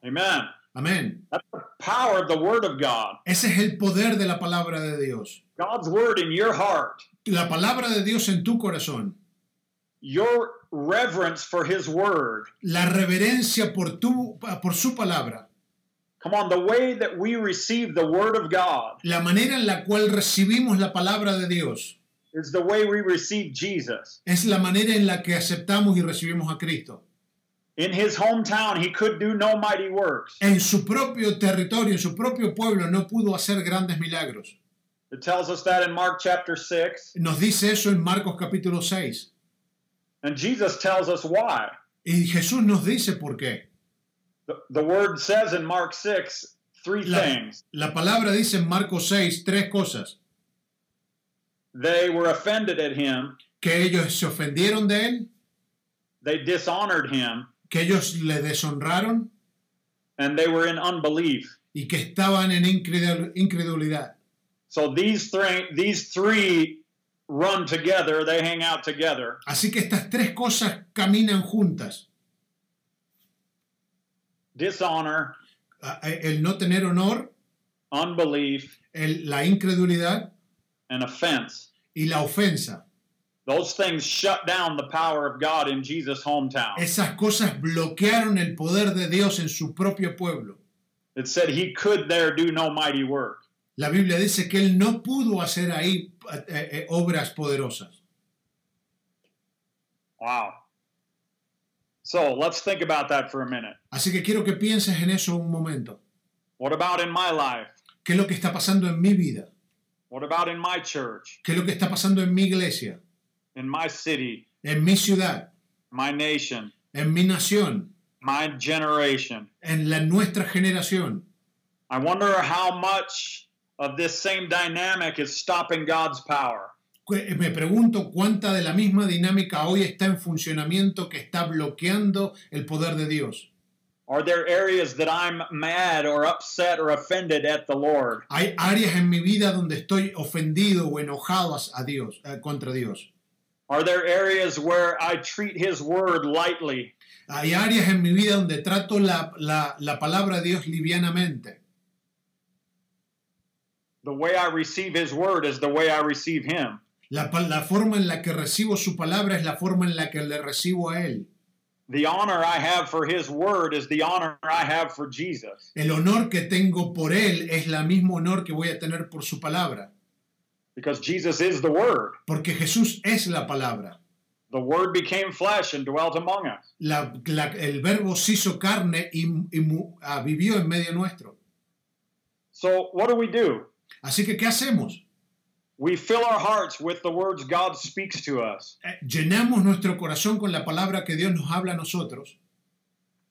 Speaker 3: Amen.
Speaker 1: Amén.
Speaker 3: That's the power of the word of God.
Speaker 1: Ese es el poder de la palabra de Dios.
Speaker 3: God's word in your heart.
Speaker 1: La palabra de Dios en tu corazón.
Speaker 3: Your reverence for his word
Speaker 1: La reverencia por, tu, por su palabra.
Speaker 3: Come on, the way that we receive the Word of God
Speaker 1: La manera en la cual recibimos la palabra de Dios
Speaker 3: is the way we receive Jesus.
Speaker 1: es la manera en la que aceptamos y recibimos a Cristo.
Speaker 3: In his hometown, he could do no mighty works.
Speaker 1: en su propio territorio, en su propio pueblo, no pudo hacer grandes milagros.
Speaker 3: It tells us that in Mark chapter 6.
Speaker 1: Nos dice eso en Marcos capítulo 6.
Speaker 3: And Jesus tells us why.
Speaker 1: Y Jesús nos dice por qué.
Speaker 3: The, the Word says in Mark 6 three
Speaker 1: La,
Speaker 3: things.
Speaker 1: la palabra dice en Marcos 6 tres cosas.
Speaker 3: They were offended at him,
Speaker 1: Que ellos se ofendieron de él,
Speaker 3: they dishonored him,
Speaker 1: que ellos le deshonraron
Speaker 3: and they were in unbelief.
Speaker 1: y que estaban en incredul- incredulidad.
Speaker 3: So these three, these three run together, they hang out together.
Speaker 1: Así que estas tres cosas caminan juntas.
Speaker 3: Dishonor,
Speaker 1: A- a- El no tener honor,
Speaker 3: unbelief,
Speaker 1: el- la incredulidad
Speaker 3: and offense.
Speaker 1: y la ofensa.
Speaker 3: Those things shut down the power of God in Jesus' hometown.
Speaker 1: Esas cosas bloquearon el poder de Dios en su propio pueblo.
Speaker 3: It said he could there do no mighty work.
Speaker 1: La Biblia dice que él no pudo hacer ahí eh, eh, obras poderosas.
Speaker 3: Wow. So let's think about that for a minute.
Speaker 1: Así que quiero que pienses en eso un momento.
Speaker 3: What about in my life?
Speaker 1: ¿Qué es lo que está pasando en mi vida?
Speaker 3: What about in my church,
Speaker 1: ¿Qué es lo que está pasando en mi iglesia?
Speaker 3: in my city,
Speaker 1: ¿En mi ciudad?
Speaker 3: my nation,
Speaker 1: ¿En mi nación?
Speaker 3: my generation?
Speaker 1: ¿En la nuestra generación?
Speaker 3: I wonder how much of this same dynamic is stopping God's power.
Speaker 1: Cu- eh, Me pregunto cuánta de la misma dinámica hoy está en funcionamiento que está bloqueando el poder de Dios.
Speaker 3: Are there areas that I'm mad or upset or offended at the Lord?
Speaker 1: Hay áreas en mi vida donde estoy ofendido o enojado as- a Dios, eh, contra Dios.
Speaker 3: Are there areas where I treat his word lightly?
Speaker 1: Hay áreas en mi vida donde trato la, la- la palabra de Dios livianamente.
Speaker 3: The way I receive his word is the way I receive him.
Speaker 1: La, pa- la forma en la que recibo su palabra es la forma en la que le recibo a Él.
Speaker 3: The honor I have for his word is the honor I have for Jesus.
Speaker 1: El honor que tengo por Él es el mismo honor que voy a tener por su palabra,
Speaker 3: Because Jesus is the word.
Speaker 1: porque Jesús es la palabra.
Speaker 3: The Word became flesh and dwelt among us.
Speaker 1: La- la- el verbo se hizo carne y, y mu- ah, vivió en medio nuestro.
Speaker 3: So, what do we do?
Speaker 1: Así que, ¿qué hacemos?
Speaker 3: We fill our hearts with the words God speaks to us.
Speaker 1: Eh, Llenamos nuestro corazón con la palabra que Dios nos habla a nosotros.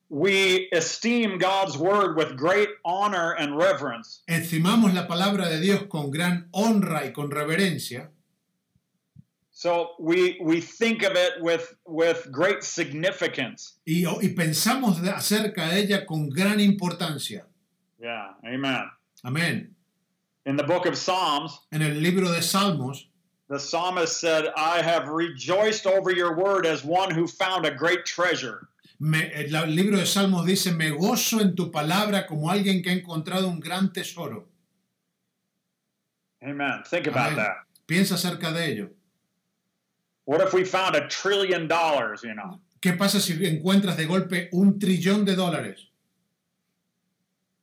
Speaker 3: We esteem God's word with great honor and reverence.
Speaker 1: Estimamos la palabra de Dios con gran honra y con reverencia.
Speaker 3: So we we think of it with with great significance.
Speaker 1: Y, y pensamos de- acerca de ella con gran importancia.
Speaker 3: Yeah, amen.
Speaker 1: Amén.
Speaker 3: In the book of Psalms,
Speaker 1: En el libro de Salmos,
Speaker 3: the psalmist said, "I have rejoiced over your word as one who found a great treasure."
Speaker 1: me- el la- el libro de Salmos dice, me gozo en tu palabra como alguien que ha encontrado un gran tesoro.
Speaker 3: Amen. Think about
Speaker 1: Amen.
Speaker 3: that.
Speaker 1: Piensa acerca de ello.
Speaker 3: What if we found a trillion dollars, you know?
Speaker 1: ¿Qué pasa si encuentras de golpe un trillón de dólares?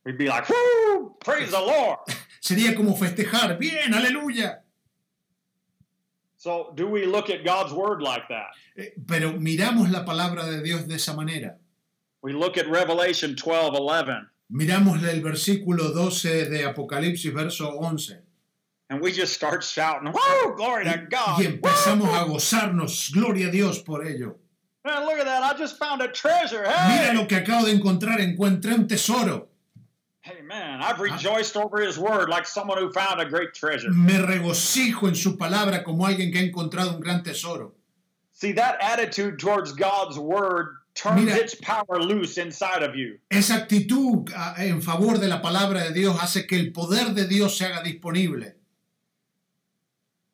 Speaker 3: We'd be like, "Woo! Praise the Lord."
Speaker 1: Sería como festejar, bien, aleluya.
Speaker 3: So, do we look at God's word like that?
Speaker 1: Eh, Pero miramos la palabra de Dios de esa manera.
Speaker 3: We look at Revelation 12, 11,
Speaker 1: Miramos el versículo 12 de Apocalipsis, verso 11.
Speaker 3: and we just start shouting, Woo! Glory to God!
Speaker 1: Y
Speaker 3: Woo!
Speaker 1: empezamos a gozarnos, gloria a Dios por ello.
Speaker 3: Man, look at that. I just found a treasure.
Speaker 1: Mira
Speaker 3: Hey!
Speaker 1: lo que acabo de encontrar, encontré un tesoro.
Speaker 3: Hey, man, I've rejoiced over his word like someone who found a great treasure.
Speaker 1: Me regocijo en su palabra como alguien que ha encontrado un gran tesoro.
Speaker 3: See, that attitude towards God's word turns
Speaker 1: Mira.
Speaker 3: its power loose inside of you.
Speaker 1: Esa actitud ah, en favor de la palabra de Dios hace que el poder de Dios se haga disponible.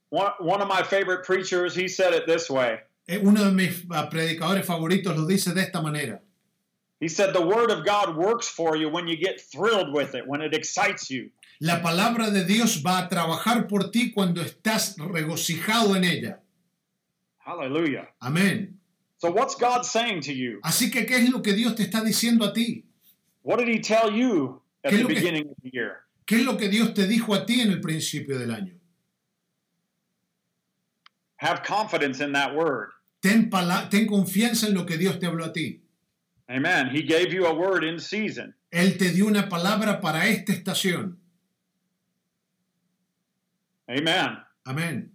Speaker 3: One, one of my favorite preachers, he said it this way.
Speaker 1: Eh, Uno de mis ah, predicadores favoritos lo dice de esta manera.
Speaker 3: He said, The Word of God works for you when you get thrilled with it, when it excites you.
Speaker 1: La palabra de Dios va a trabajar por ti cuando estás regocijado en ella.
Speaker 3: Hallelujah.
Speaker 1: Amén.
Speaker 3: So, what's God saying to you?
Speaker 1: Así que, ¿qué es lo que Dios te está diciendo a ti?
Speaker 3: What did He tell you at
Speaker 1: ¿Qué es
Speaker 3: the
Speaker 1: lo que-
Speaker 3: beginning of the year?
Speaker 1: ¿Qué es lo que Dios te dijo a ti en el principio del año?
Speaker 3: Have confidence in that Word.
Speaker 1: Ten, pala- ten confianza en lo que Dios te habló a ti.
Speaker 3: Amen. He gave you a word in season.
Speaker 1: Él te dio una palabra para esta estación.
Speaker 3: Amen.
Speaker 1: Amén.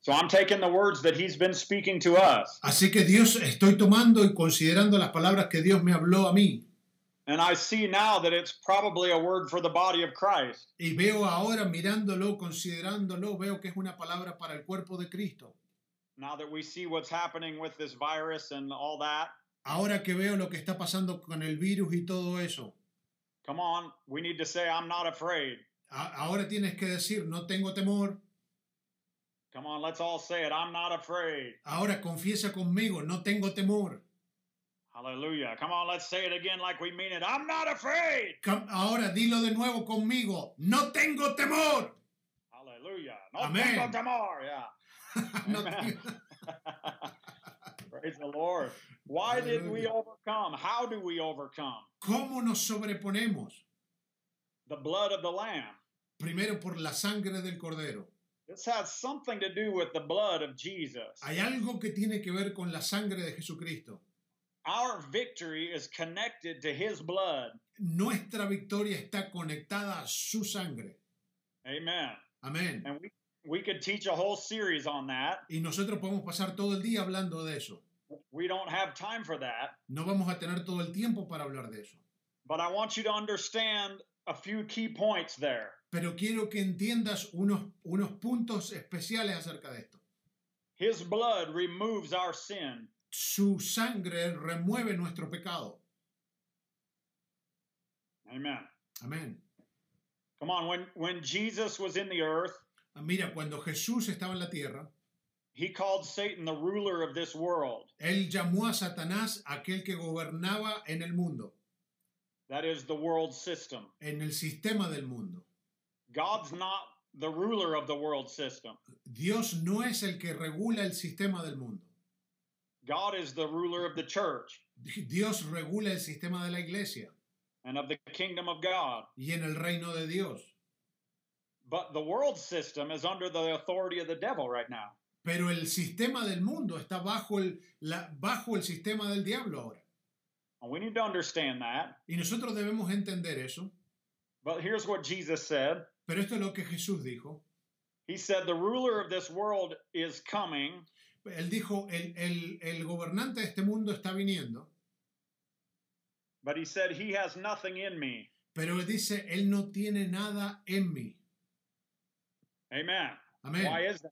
Speaker 3: So, I'm taking the words that He's been speaking to us,
Speaker 1: Así que Dios estoy tomando y considerando las palabras que Dios me habló a mí.
Speaker 3: and I see now that it's probably a word for the body of Christ.
Speaker 1: Y veo ahora mirándolo, considerándolo, veo que es una palabra para el cuerpo de Cristo.
Speaker 3: Now that we see what's happening with this virus and all that,
Speaker 1: Ahora que veo lo que está pasando con el virus y todo eso,
Speaker 3: come on, we need to say, I'm not afraid.
Speaker 1: a- ahora tienes que decir, no tengo temor.
Speaker 3: Come on, let's all say it. I'm not afraid.
Speaker 1: Ahora confiesa conmigo, no tengo temor.
Speaker 3: Hallelujah. Come on, let's say it again like we mean it. I'm not afraid.
Speaker 1: Cam- Ahora dilo de nuevo conmigo, no tengo temor.
Speaker 3: Hallelujah. No
Speaker 1: Amen.
Speaker 3: tengo temor. Yeah.
Speaker 1: No
Speaker 3: Amen.
Speaker 1: tengo-
Speaker 3: Praise the Lord. Why did we
Speaker 1: Hallelujah.
Speaker 3: overcome? How do we overcome?
Speaker 1: ¿Cómo nos sobreponemos?
Speaker 3: The blood of the Lamb.
Speaker 1: Primero por la sangre del cordero.
Speaker 3: This has something to do with the blood of Jesus.
Speaker 1: Hay algo que tiene que ver con la sangre de Jesucristo.
Speaker 3: Our victory is connected to his blood.
Speaker 1: Nuestra victoria está conectada a su sangre.
Speaker 3: Amen.
Speaker 1: Amén.
Speaker 3: And we we could teach a whole series on that.
Speaker 1: Y nosotros podemos pasar todo el día hablando de eso.
Speaker 3: We don't have time for that,
Speaker 1: No vamos a tener todo el tiempo para hablar de eso.
Speaker 3: but I want you to understand a few key points there.
Speaker 1: Pero quiero que entiendas unos, unos puntos especiales acerca de esto.
Speaker 3: His blood removes our sin.
Speaker 1: Su sangre remueve nuestro pecado.
Speaker 3: Amen.
Speaker 1: Amén.
Speaker 3: Come on, when when Jesus was in the earth,
Speaker 1: Ah, Mira, cuando Jesús estaba en la tierra,
Speaker 3: he called Satan the ruler of this world.
Speaker 1: él llamó a Satanás aquel que gobernaba en el mundo,
Speaker 3: That is the world system.
Speaker 1: en el sistema del mundo.
Speaker 3: God's not the ruler of the world system.
Speaker 1: Dios no es el que regula el sistema del mundo.
Speaker 3: God is the ruler of the church
Speaker 1: Dios regula el sistema de la iglesia
Speaker 3: and of the kingdom of God.
Speaker 1: y en el reino de Dios.
Speaker 3: But the world system is under the authority of the devil right now.
Speaker 1: Pero el sistema del mundo está bajo el, la- bajo el sistema del diablo ahora.
Speaker 3: And we need to understand that.
Speaker 1: Y nosotros debemos entender eso.
Speaker 3: But here's what Jesus said
Speaker 1: Pero esto es lo que Jesús dijo.
Speaker 3: He said, The ruler of this world is coming,
Speaker 1: Él dijo, el, el- el gobernante de este mundo está viniendo,
Speaker 3: but he said, He has nothing in me.
Speaker 1: pero él dice, él no tiene nada en mí.
Speaker 3: Amen. Why
Speaker 1: Amén.
Speaker 3: is that?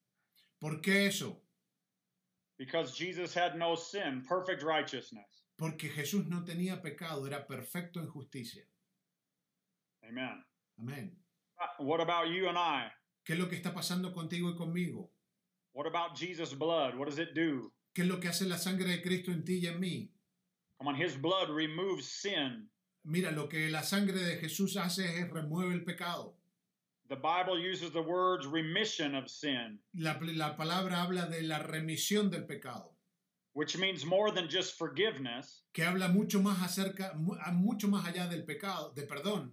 Speaker 1: ¿Por qué eso?
Speaker 3: Because Jesus had no sin, perfect righteousness.
Speaker 1: Porque Jesús no tenía pecado, era perfecto en justicia.
Speaker 3: Amen.
Speaker 1: Amén.
Speaker 3: What about you and I?
Speaker 1: ¿Qué es lo que está pasando contigo y conmigo?
Speaker 3: What about Jesus' blood? What does it do?
Speaker 1: ¿Qué es lo que hace la sangre de Cristo en ti y en mí?
Speaker 3: Come on, His blood removes sin.
Speaker 1: Mira, lo que la sangre de Jesús hace es remueve el pecado.
Speaker 3: The Bible uses the words remission of sin,
Speaker 1: La, la palabra habla de la remisión del pecado,
Speaker 3: which means more than just forgiveness.
Speaker 1: que habla mucho más acerca, mu- a- mucho más allá del pecado, de perdón.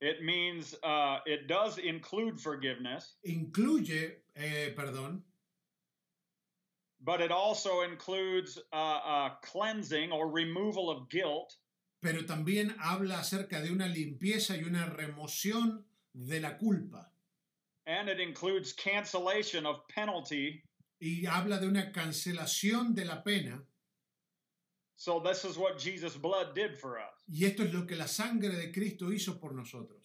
Speaker 3: It means uh, it does include forgiveness,
Speaker 1: Incluye eh, perdón,
Speaker 3: but it also includes uh, uh, cleansing or removal of guilt,
Speaker 1: pero también habla acerca de una limpieza y una remoción de la culpa.
Speaker 3: and it includes cancellation of penalty.
Speaker 1: Y habla de una cancelación de la pena.
Speaker 3: So, this is what Jesus' blood did for us,
Speaker 1: Y esto es lo que la sangre de Cristo hizo por nosotros.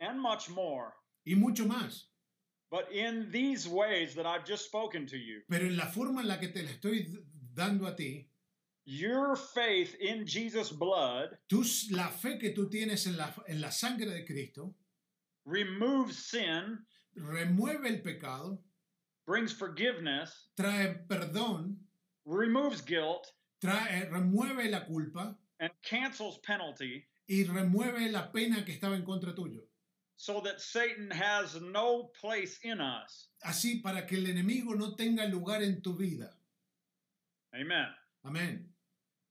Speaker 3: and much more.
Speaker 1: Y mucho más.
Speaker 3: But in these ways that I've just spoken to you,
Speaker 1: Pero en la forma en la que te la estoy d- dando a ti,
Speaker 3: your faith in Jesus' blood
Speaker 1: tú, s- la fe que tú tienes en la, en la sangre de Cristo
Speaker 3: removes sin,
Speaker 1: remueve el pecado,
Speaker 3: brings forgiveness,
Speaker 1: trae perdón,
Speaker 3: removes guilt,
Speaker 1: trae, remueve la culpa
Speaker 3: and cancels penalty
Speaker 1: y remueve la pena que estaba en contra tuyo.
Speaker 3: so that Satan has no place in us.
Speaker 1: Así para que el enemigo no tenga lugar en tu vida.
Speaker 3: Amen.
Speaker 1: Amén.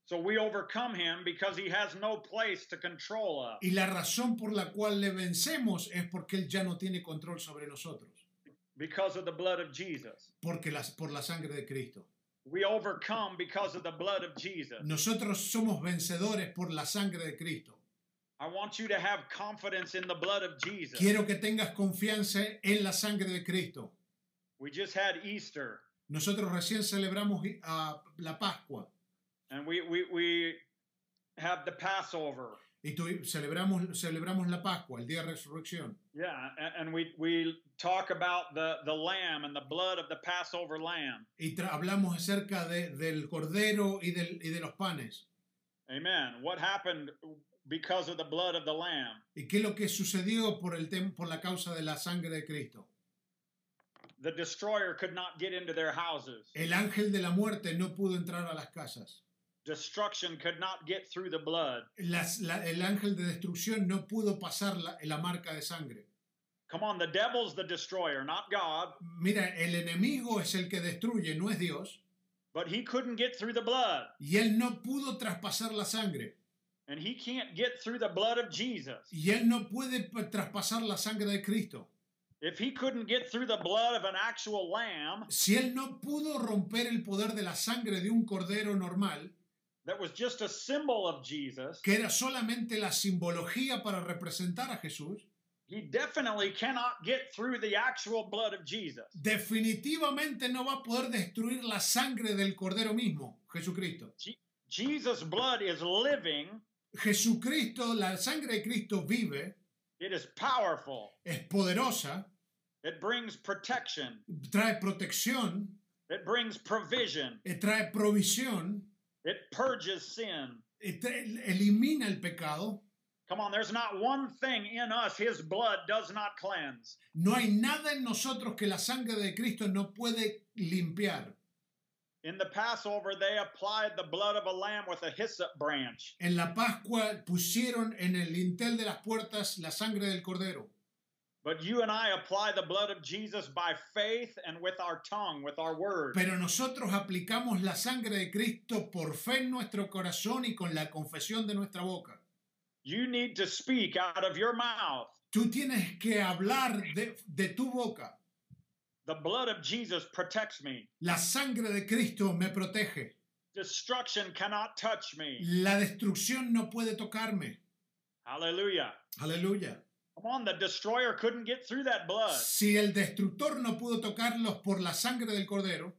Speaker 3: So we overcome him because he has no place to control us.
Speaker 1: Y la razón por la cual le vencemos es porque él ya no tiene control sobre nosotros,
Speaker 3: because of the blood of Jesus.
Speaker 1: porque las, por la sangre de Cristo.
Speaker 3: We overcome because of the blood of Jesus.
Speaker 1: Nosotros somos vencedores por la sangre de Cristo.
Speaker 3: I want you to have confidence in the blood of Jesus.
Speaker 1: Quiero que tengas confianza en la sangre de Cristo.
Speaker 3: We just had Easter
Speaker 1: Nosotros recién celebramos ah, la Pascua
Speaker 3: and we we we have the Passover.
Speaker 1: y tu- celebramos, celebramos la Pascua, el día de resurrección.
Speaker 3: Yeah, and, and we we talk about the the lamb and the blood of the Passover lamb.
Speaker 1: Y tra- hablamos acerca de- del cordero y, del- y de los panes.
Speaker 3: Amen. What happened because of the blood of the lamb?
Speaker 1: ¿Y qué es lo que sucedió por, el tem- por la causa de la sangre de Cristo?
Speaker 3: The destroyer could not get into their houses.
Speaker 1: El ángel de la muerte no pudo entrar a las casas.
Speaker 3: Destruction could not get through the blood.
Speaker 1: Las- la- el ángel de destrucción no pudo pasar la- la marca de sangre.
Speaker 3: Come on, the devil's the destroyer, not God,
Speaker 1: Mira, el enemigo es el que destruye, no es Dios.
Speaker 3: but he couldn't get through the blood.
Speaker 1: Y él no pudo traspasar la sangre.
Speaker 3: And he can't get through the blood of Jesus.
Speaker 1: Y él no puede p- traspasar la sangre de Cristo.
Speaker 3: If he couldn't get through the blood of an actual lamb
Speaker 1: Si él no pudo romper el poder de la sangre de un cordero normal,
Speaker 3: that was just a symbol of Jesus,
Speaker 1: que era solamente la simbología para representar a Jesús,
Speaker 3: he definitely cannot get through the actual blood of Jesus.
Speaker 1: definitivamente no va a poder destruir la sangre del cordero mismo, Jesucristo.
Speaker 3: Jesus' blood is living,
Speaker 1: Jesucristo, la sangre de Cristo vive,
Speaker 3: it is powerful,
Speaker 1: es poderosa,
Speaker 3: it brings protection,
Speaker 1: trae protección,
Speaker 3: it brings provision,
Speaker 1: eh, trae provisión,
Speaker 3: it purges sin.
Speaker 1: este, elimina el pecado.
Speaker 3: Come on, there's not one thing in us his blood does not cleanse.
Speaker 1: No hay nada en nosotros que la sangre de Cristo no puede limpiar.
Speaker 3: In the Passover, they applied the blood of a lamb with a hyssop branch.
Speaker 1: En la Pascua pusieron en el lintel de las puertas la sangre del cordero.
Speaker 3: But you and I apply the blood of Jesus by faith and with our tongue, with our word.
Speaker 1: Pero nosotros aplicamos la sangre de Cristo por fe en nuestro corazón y con la confesión de nuestra boca.
Speaker 3: You need to speak out of your mouth
Speaker 1: Tú tienes que hablar de, de tu boca
Speaker 3: The blood of Jesus protects me.
Speaker 1: La sangre de Cristo me protege.
Speaker 3: Destruction cannot touch me.
Speaker 1: La destrucción no puede tocarme.
Speaker 3: Hallelujah.
Speaker 1: Aleluya.
Speaker 3: Come on, the destroyer couldn't get through that blood,
Speaker 1: Si el destructor no pudo tocarlos por la sangre del cordero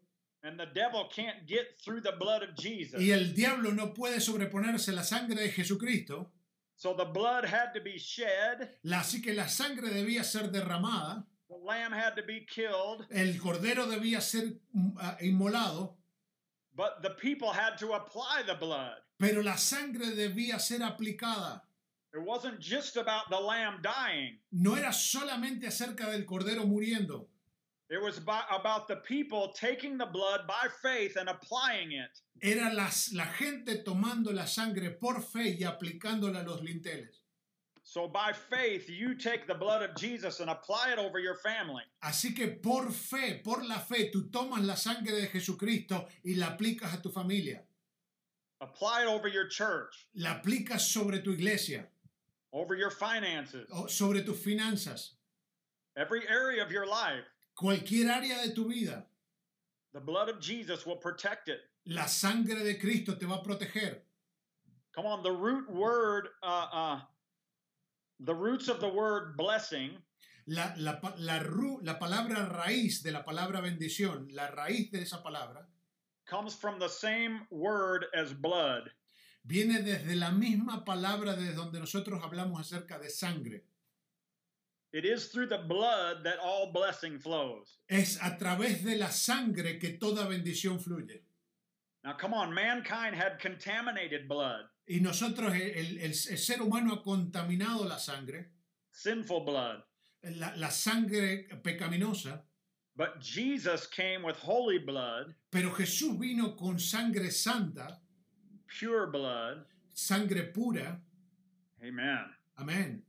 Speaker 3: and the devil can't get through the blood of Jesus.
Speaker 1: y el diablo no puede sobreponerse a la sangre de Jesucristo,
Speaker 3: So the blood had to be shed,
Speaker 1: la- así que la sangre debía ser derramada,
Speaker 3: the lamb had to be killed,
Speaker 1: el cordero debía ser mm, ah, inmolado,
Speaker 3: but the people had to apply the blood.
Speaker 1: pero la sangre debía ser aplicada.
Speaker 3: It wasn't just about the lamb dying.
Speaker 1: No era solamente acerca del cordero muriendo,
Speaker 3: It was by, about the people taking the blood by faith and applying it.
Speaker 1: era las- la gente tomando la sangre por fe y aplicándola a los linteles.
Speaker 3: So by faith, you take the blood of Jesus and apply it over your family.
Speaker 1: Así que por fe, por la fe, tú tomas la sangre de Jesucristo y la aplicas a tu familia,
Speaker 3: Apply it over your church,
Speaker 1: la aplicas sobre tu iglesia,
Speaker 3: over your finances,
Speaker 1: o sobre tus finanzas,
Speaker 3: every area of your life.
Speaker 1: cualquier área de tu vida.
Speaker 3: The blood of Jesus will protect it.
Speaker 1: La sangre de Cristo te va a proteger.
Speaker 3: Come on, the root word, uh, uh, the roots of the word blessing
Speaker 1: La, la pa- la ru- la palabra raíz de la palabra bendición, la raíz de esa palabra,
Speaker 3: comes from the same word as blood.
Speaker 1: viene desde la misma palabra desde donde nosotros hablamos acerca de sangre.
Speaker 3: It is through the blood that all blessing flows.
Speaker 1: Es a través de la sangre que toda bendición fluye.
Speaker 3: Now, come on, mankind had contaminated blood,
Speaker 1: Y nosotros, el, el- el ser humano ha contaminado la sangre,
Speaker 3: sinful blood.
Speaker 1: la, la sangre pecaminosa,
Speaker 3: But Jesus came with holy blood,
Speaker 1: pero Jesús vino con sangre santa,
Speaker 3: pure blood.
Speaker 1: sangre pura,
Speaker 3: Amen.
Speaker 1: amén.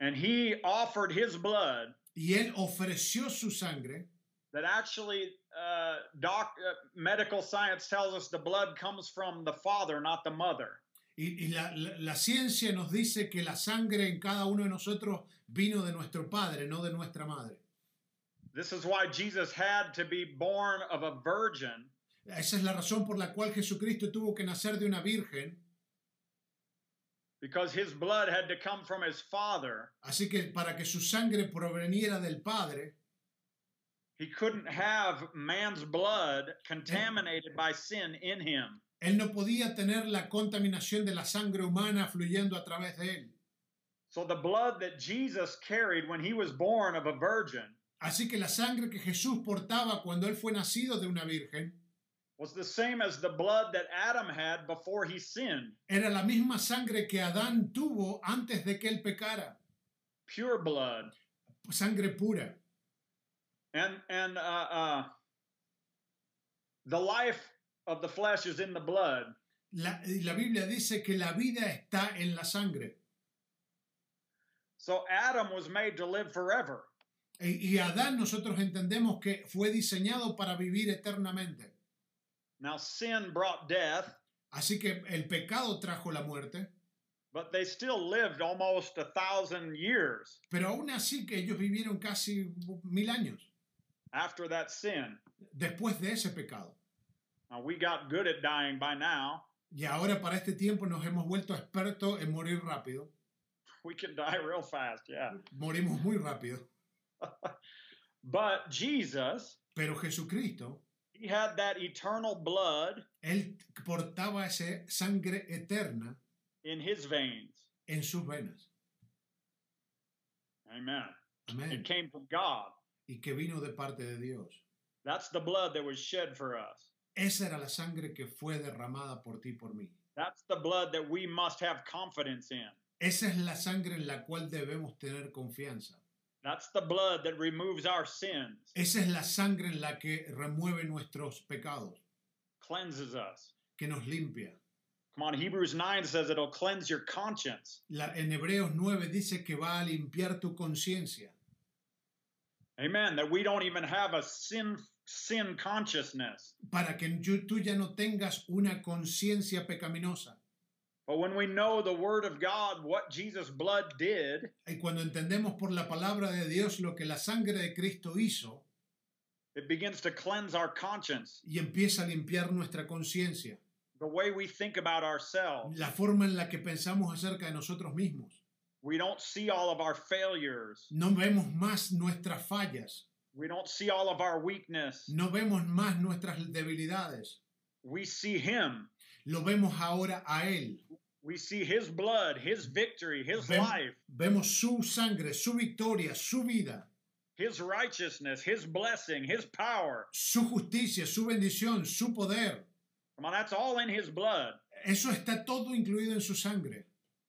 Speaker 3: And he offered his blood
Speaker 1: Y Él ofreció su sangre,
Speaker 3: that actually, uh, doc, uh, medical science tells us the blood comes from the father, not the mother.
Speaker 1: y, y la, la- la ciencia nos dice que la sangre en cada uno de nosotros vino de nuestro Padre, no de nuestra Madre.
Speaker 3: This is why Jesus had to be born of a virgin
Speaker 1: Esa es la razón por la cual Jesucristo tuvo que nacer de una virgen.
Speaker 3: because his blood had to come from his father.
Speaker 1: Así que para que su sangre proveniera del Padre,
Speaker 3: He couldn't have man's blood contaminated by sin in him.
Speaker 1: él no podía tener la contaminación de la sangre humana fluyendo a través de él.
Speaker 3: So the blood that Jesus carried when he was born of a virgin
Speaker 1: Así que la sangre que Jesús portaba cuando él fue nacido de una virgen
Speaker 3: was the same as the blood that Adam had before he sinned,
Speaker 1: era la misma sangre que Adán tuvo antes de que él pecara,
Speaker 3: pure blood.
Speaker 1: sangre pura.
Speaker 3: And and uh, uh, the life of the flesh is in the blood.
Speaker 1: La, y la Biblia dice que la vida está en la sangre.
Speaker 3: So Adam was made to live forever.
Speaker 1: E- y Adán nosotros entendemos que fue diseñado para vivir eternamente.
Speaker 3: Now sin brought death,
Speaker 1: Así que el pecado trajo la muerte,
Speaker 3: but they still lived almost a thousand years
Speaker 1: pero aún así que ellos vivieron casi mil años
Speaker 3: after that sin.
Speaker 1: después de ese pecado.
Speaker 3: Now we got good at dying by now.
Speaker 1: Y ahora para este tiempo nos hemos vuelto expertos en morir rápido.
Speaker 3: We can die real fast, yeah.
Speaker 1: Morimos muy rápido.
Speaker 3: But Jesus,
Speaker 1: Pero Jesucristo,
Speaker 3: he had that eternal blood
Speaker 1: Él portaba esa sangre eterna
Speaker 3: in his veins.
Speaker 1: en sus venas.
Speaker 3: Amen.
Speaker 1: Amén.
Speaker 3: It came from God.
Speaker 1: Y que vino de parte de Dios.
Speaker 3: That's the blood that was shed for us.
Speaker 1: Esa era la sangre que fue derramada por ti y por mí.
Speaker 3: That's the blood that we must have confidence in.
Speaker 1: Esa es la sangre en la cual debemos tener confianza.
Speaker 3: That's the blood that removes our sins,
Speaker 1: Esa es la sangre en la que remueve nuestros pecados,
Speaker 3: cleanses us.
Speaker 1: que nos limpia.
Speaker 3: Come on, Hebrews 9 says it'll cleanse your conscience.
Speaker 1: La- en Hebreos 9 dice que va a limpiar tu conciencia.
Speaker 3: Amen. That we don't even have a sin sin consciousness.
Speaker 1: para que yo- tú ya no tengas una conciencia pecaminosa.
Speaker 3: But when we know the word of God, what Jesus' blood did,
Speaker 1: Y cuando entendemos por la palabra de Dios lo que la sangre de Cristo hizo,
Speaker 3: It begins to cleanse our conscience,
Speaker 1: y empieza a limpiar nuestra conciencia,
Speaker 3: the way we think about ourselves.
Speaker 1: la forma en la que pensamos acerca de nosotros mismos.
Speaker 3: We don't see all of our failures.
Speaker 1: No vemos más nuestras fallas,
Speaker 3: We don't see all of our weakness.
Speaker 1: no vemos más nuestras debilidades.
Speaker 3: We see Him.
Speaker 1: Lo vemos ahora a Él.
Speaker 3: We see His blood, His victory, His
Speaker 1: Vem-
Speaker 3: life,
Speaker 1: vemos su sangre, su victoria, su vida,
Speaker 3: His righteousness, His blessing, His power.
Speaker 1: su justicia, su bendición, su poder.
Speaker 3: Come on, that's all in His blood.
Speaker 1: Eso está todo incluido en su sangre.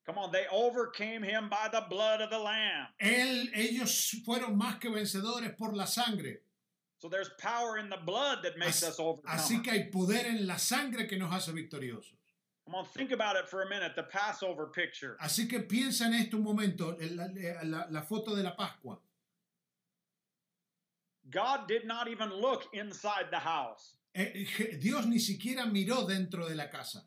Speaker 3: Come on, they overcame Him by the blood of the Lamb.
Speaker 1: Él, ellos fueron más que vencedores por la sangre.
Speaker 3: So there's power in the blood that makes
Speaker 1: As-
Speaker 3: us overcome.
Speaker 1: Así que hay poder en la sangre que nos hace victoriosos.
Speaker 3: Come on, think about it for a minute. The Passover picture.
Speaker 1: Así que piensa en esto un momento, en la, la- la foto de la Pascua.
Speaker 3: God did not even look inside the house.
Speaker 1: Eh, Je- Dios ni siquiera miró dentro de la casa.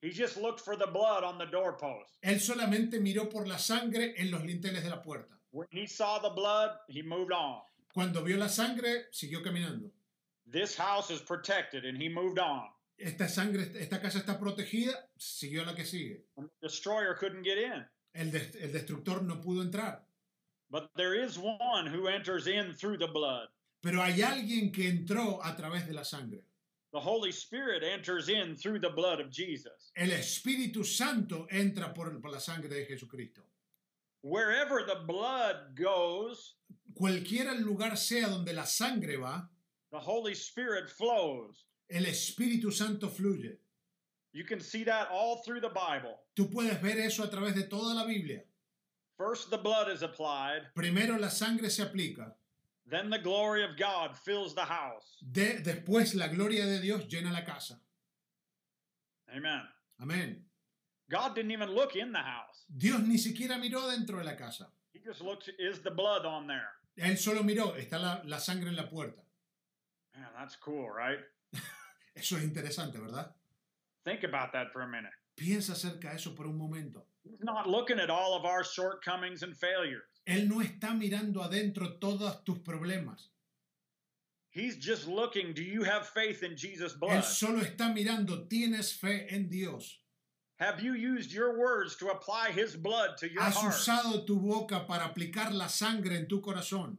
Speaker 3: He just looked for the blood on the doorpost.
Speaker 1: Él solamente miró por la sangre en los linteles de la puerta.
Speaker 3: When he saw the blood, he moved on.
Speaker 1: Cuando vio la sangre, siguió caminando.
Speaker 3: This house is protected, and he moved on.
Speaker 1: Esta sangre, esta casa está protegida, siguió la que sigue.
Speaker 3: And the destroyer couldn't get in.
Speaker 1: El, des- el destructor no pudo entrar.
Speaker 3: But there is one who enters in through the blood.
Speaker 1: Pero hay alguien que entró a través de la sangre.
Speaker 3: The Holy Spirit enters in through the blood of Jesus.
Speaker 1: El Espíritu Santo entra por, por la sangre de Jesucristo.
Speaker 3: Wherever the blood goes,
Speaker 1: Cualquiera el lugar sea donde la sangre va,
Speaker 3: the Holy Spirit flows.
Speaker 1: el Espíritu Santo fluye.
Speaker 3: You can see that all through the Bible.
Speaker 1: Tú puedes ver eso a través de toda la Biblia.
Speaker 3: First, the blood is applied,
Speaker 1: Primero la sangre se aplica,
Speaker 3: then, the glory of God fills the house.
Speaker 1: de- después la gloria de Dios llena la casa.
Speaker 3: Amen.
Speaker 1: Amén.
Speaker 3: God didn't even look in the house.
Speaker 1: Dios ni siquiera miró dentro de la casa.
Speaker 3: He just looked, is the blood on there?
Speaker 1: Él solo miró, está la, la sangre en la puerta.
Speaker 3: Man, that's cool, right?
Speaker 1: Eso es interesante, ¿verdad?
Speaker 3: Think about that for a minute.
Speaker 1: Piensa acerca de eso por un momento.
Speaker 3: He's not looking at all of our shortcomings and failures.
Speaker 1: Él no está mirando adentro todos tus problemas.
Speaker 3: He's just looking, do you have faith in Jesus'
Speaker 1: Él
Speaker 3: blood?
Speaker 1: solo está mirando, tienes fe en Dios.
Speaker 3: Have you used your words to apply his blood to your
Speaker 1: Has
Speaker 3: heart?
Speaker 1: usado tu boca para aplicar la sangre en tu corazón.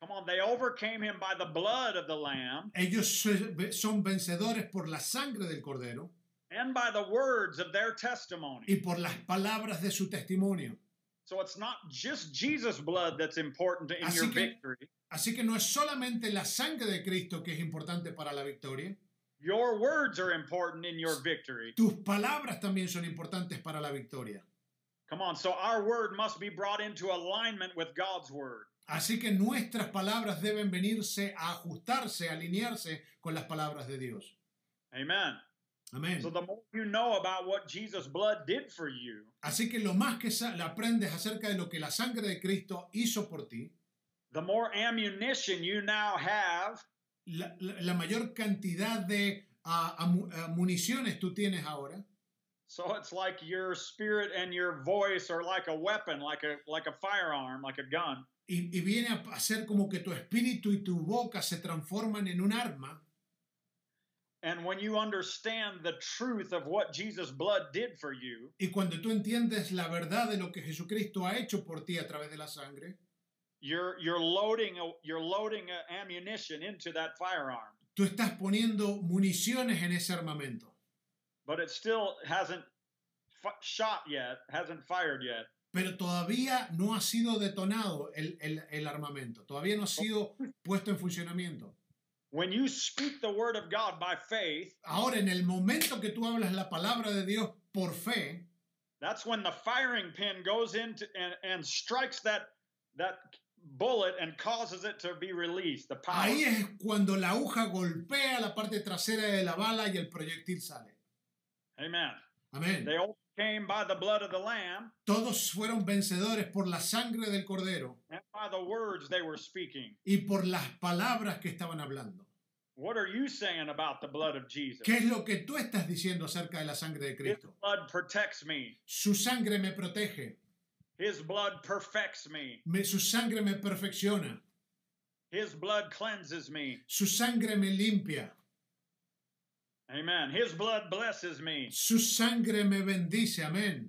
Speaker 3: Come on, they overcame him by the blood of the Lamb
Speaker 1: Ellos se- son vencedores por la sangre del Cordero
Speaker 3: and by the words of their testimony.
Speaker 1: y por las palabras de su testimonio.
Speaker 3: So it's not just Jesus' blood that's important in
Speaker 1: Así
Speaker 3: your
Speaker 1: que-
Speaker 3: victory.
Speaker 1: Así que no es solamente la sangre de Cristo que es importante para la victoria.
Speaker 3: Your words are important in your victory.
Speaker 1: Tus palabras también son importantes para la victoria.
Speaker 3: Come on, so our word must be brought into alignment with God's word.
Speaker 1: Así que nuestras palabras deben venirse a ajustarse, a alinearse con las palabras de Dios.
Speaker 3: Amen.
Speaker 1: Amén.
Speaker 3: So the more you know about what Jesus' blood did for you,
Speaker 1: Así que lo más que sa- aprendes acerca de lo que la sangre de Cristo hizo por ti,
Speaker 3: the more ammunition you now have
Speaker 1: la, la- la mayor cantidad de ah, amu- ah, municiones tú tienes ahora.
Speaker 3: So it's like your spirit and your voice are like a weapon, like a like a firearm, like a gun.
Speaker 1: Y, y viene a, a ser como que tu espíritu y tu boca se transforman en un arma.
Speaker 3: And when you understand the truth of what Jesus' blood did for you,
Speaker 1: Y cuando tú entiendes la verdad de lo que Jesucristo ha hecho por ti a través de la sangre,
Speaker 3: you're you're loading a, you're loading a ammunition into that firearm,
Speaker 1: tú estás poniendo municiones en ese armamento.
Speaker 3: but it still hasn't f- shot yet, hasn't fired yet.
Speaker 1: Pero todavía no ha sido detonado el- el- el armamento, todavía no ha sido puesto en funcionamiento.
Speaker 3: When you speak the word of God by faith,
Speaker 1: Ahora, en el momento que tú hablas la palabra de Dios por fe,
Speaker 3: that's when the firing pin goes into and, and strikes that that bullet and causes it to be released. The power.
Speaker 1: ahí es cuando la aguja golpea la parte trasera de la bala y el proyectil sale.
Speaker 3: Amen.
Speaker 1: Amén.
Speaker 3: They overcame by the blood of the Lamb
Speaker 1: Todos fueron vencedores por la sangre del cordero
Speaker 3: and by the words they were speaking.
Speaker 1: y por las palabras que estaban hablando.
Speaker 3: What are you saying about the blood of Jesus?
Speaker 1: ¿Qué es lo que tú estás diciendo acerca de la sangre de
Speaker 3: His
Speaker 1: Cristo?
Speaker 3: blood protects me.
Speaker 1: Su sangre me protege,
Speaker 3: His blood perfects me.
Speaker 1: me- su sangre me perfecciona,
Speaker 3: His blood cleanses me.
Speaker 1: Su sangre me limpia.
Speaker 3: Amen. His blood blesses me.
Speaker 1: Su sangre me bendice. Amén.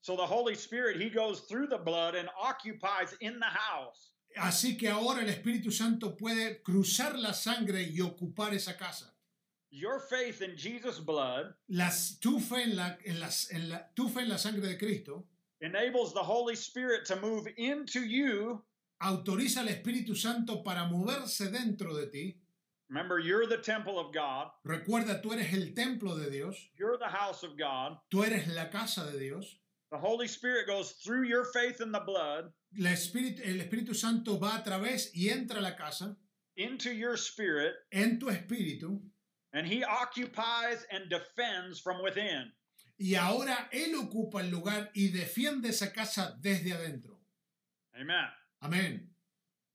Speaker 3: So the Holy Spirit, He goes through the blood and occupies in the house.
Speaker 1: Así que ahora el Espíritu Santo puede cruzar la sangre y ocupar esa casa.
Speaker 3: Your faith in Jesus' blood
Speaker 1: Las, tu, fe en la, en las- en la- tu fe en la sangre de Cristo
Speaker 3: enables the Holy Spirit to move into you.
Speaker 1: autoriza al Espíritu Santo para moverse dentro de ti.
Speaker 3: Remember, you're the temple of God,
Speaker 1: Recuerda, tú eres el templo de Dios,
Speaker 3: you're the house of God.
Speaker 1: tú eres la casa de Dios.
Speaker 3: The Holy Spirit goes through your faith in the blood
Speaker 1: La Espíritu- el Espíritu Santo va a través y entra a la casa,
Speaker 3: into your spirit,
Speaker 1: en tu espíritu,
Speaker 3: and He occupies and defends from within.
Speaker 1: y ahora Él ocupa el lugar y defiende esa casa desde adentro.
Speaker 3: Amen.
Speaker 1: Amén.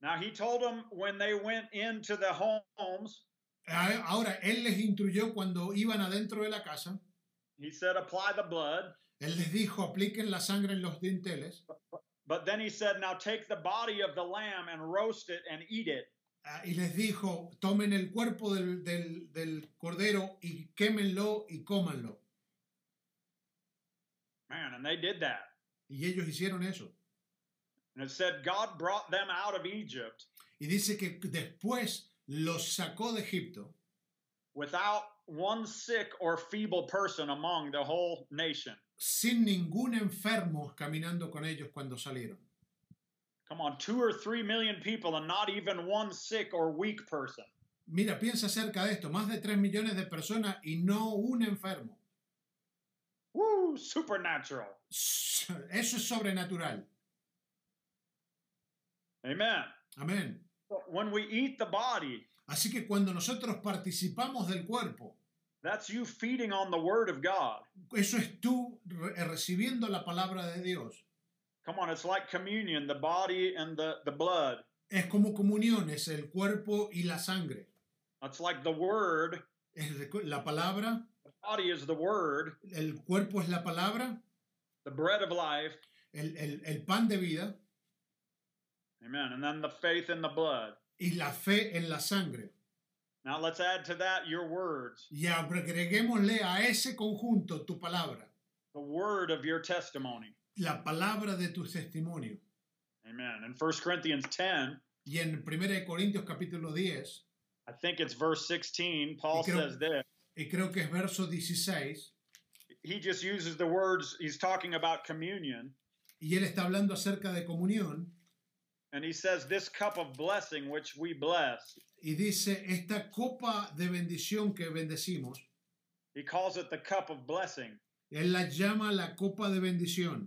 Speaker 3: Now, He told them when they went into the homes,
Speaker 1: A- Ahora, Él les instruyó cuando iban adentro de la casa,
Speaker 3: He said, apply the blood.
Speaker 1: Él les dijo, apliquen la sangre en los dinteles,
Speaker 3: But then he said, Now take the body of the lamb and roast it and eat it.
Speaker 1: ah, y les dijo, tomen el cuerpo del, del- del cordero y quémenlo y cómanlo.
Speaker 3: Man, and they did that.
Speaker 1: Y ellos hicieron eso.
Speaker 3: And it said, God brought them out of Egypt
Speaker 1: Y dice que después los sacó de Egipto
Speaker 3: without one sick or feeble person among the whole nation.
Speaker 1: sin ningún enfermo caminando con ellos cuando salieron.
Speaker 3: Come on, two or three million people and not even one sick or weak person.
Speaker 1: Mira, piensa acerca de esto, más de 3 millones de personas y no un enfermo.
Speaker 3: Woo, supernatural.
Speaker 1: Eso es sobrenatural.
Speaker 3: Amen.
Speaker 1: Amén.
Speaker 3: So When we eat the body,
Speaker 1: Así que cuando nosotros participamos del cuerpo,
Speaker 3: that's you feeding on the word of God.
Speaker 1: eso es tú re- eh, recibiendo la palabra de Dios.
Speaker 3: Come on, it's like communion, the body and the, the blood.
Speaker 1: Es como comunión, es el cuerpo y la sangre.
Speaker 3: That's like the word.
Speaker 1: Es de- la palabra,
Speaker 3: The body is the word.
Speaker 1: el cuerpo es la palabra,
Speaker 3: the bread of life,
Speaker 1: el, el- el pan de vida
Speaker 3: amen, and then the faith in the blood.
Speaker 1: y la fe en la sangre.
Speaker 3: Now let's add to that your words,
Speaker 1: Y agreguémosle a ese conjunto tu palabra,
Speaker 3: the word of your testimony.
Speaker 1: la palabra de tu testimonio.
Speaker 3: Amen. In 1 Corinthians 10,
Speaker 1: Y en 1 de Corintios capítulo 10,
Speaker 3: I think it's verse 16, Paul
Speaker 1: You can-
Speaker 3: says this.
Speaker 1: y creo que es verso 16,
Speaker 3: He just uses the words, he's talking about communion,
Speaker 1: y él está hablando acerca de comunión
Speaker 3: and he says, This cup of blessing which we bless.
Speaker 1: y dice, esta copa de bendición que bendecimos,
Speaker 3: He calls it the cup of blessing.
Speaker 1: él la llama la copa de bendición,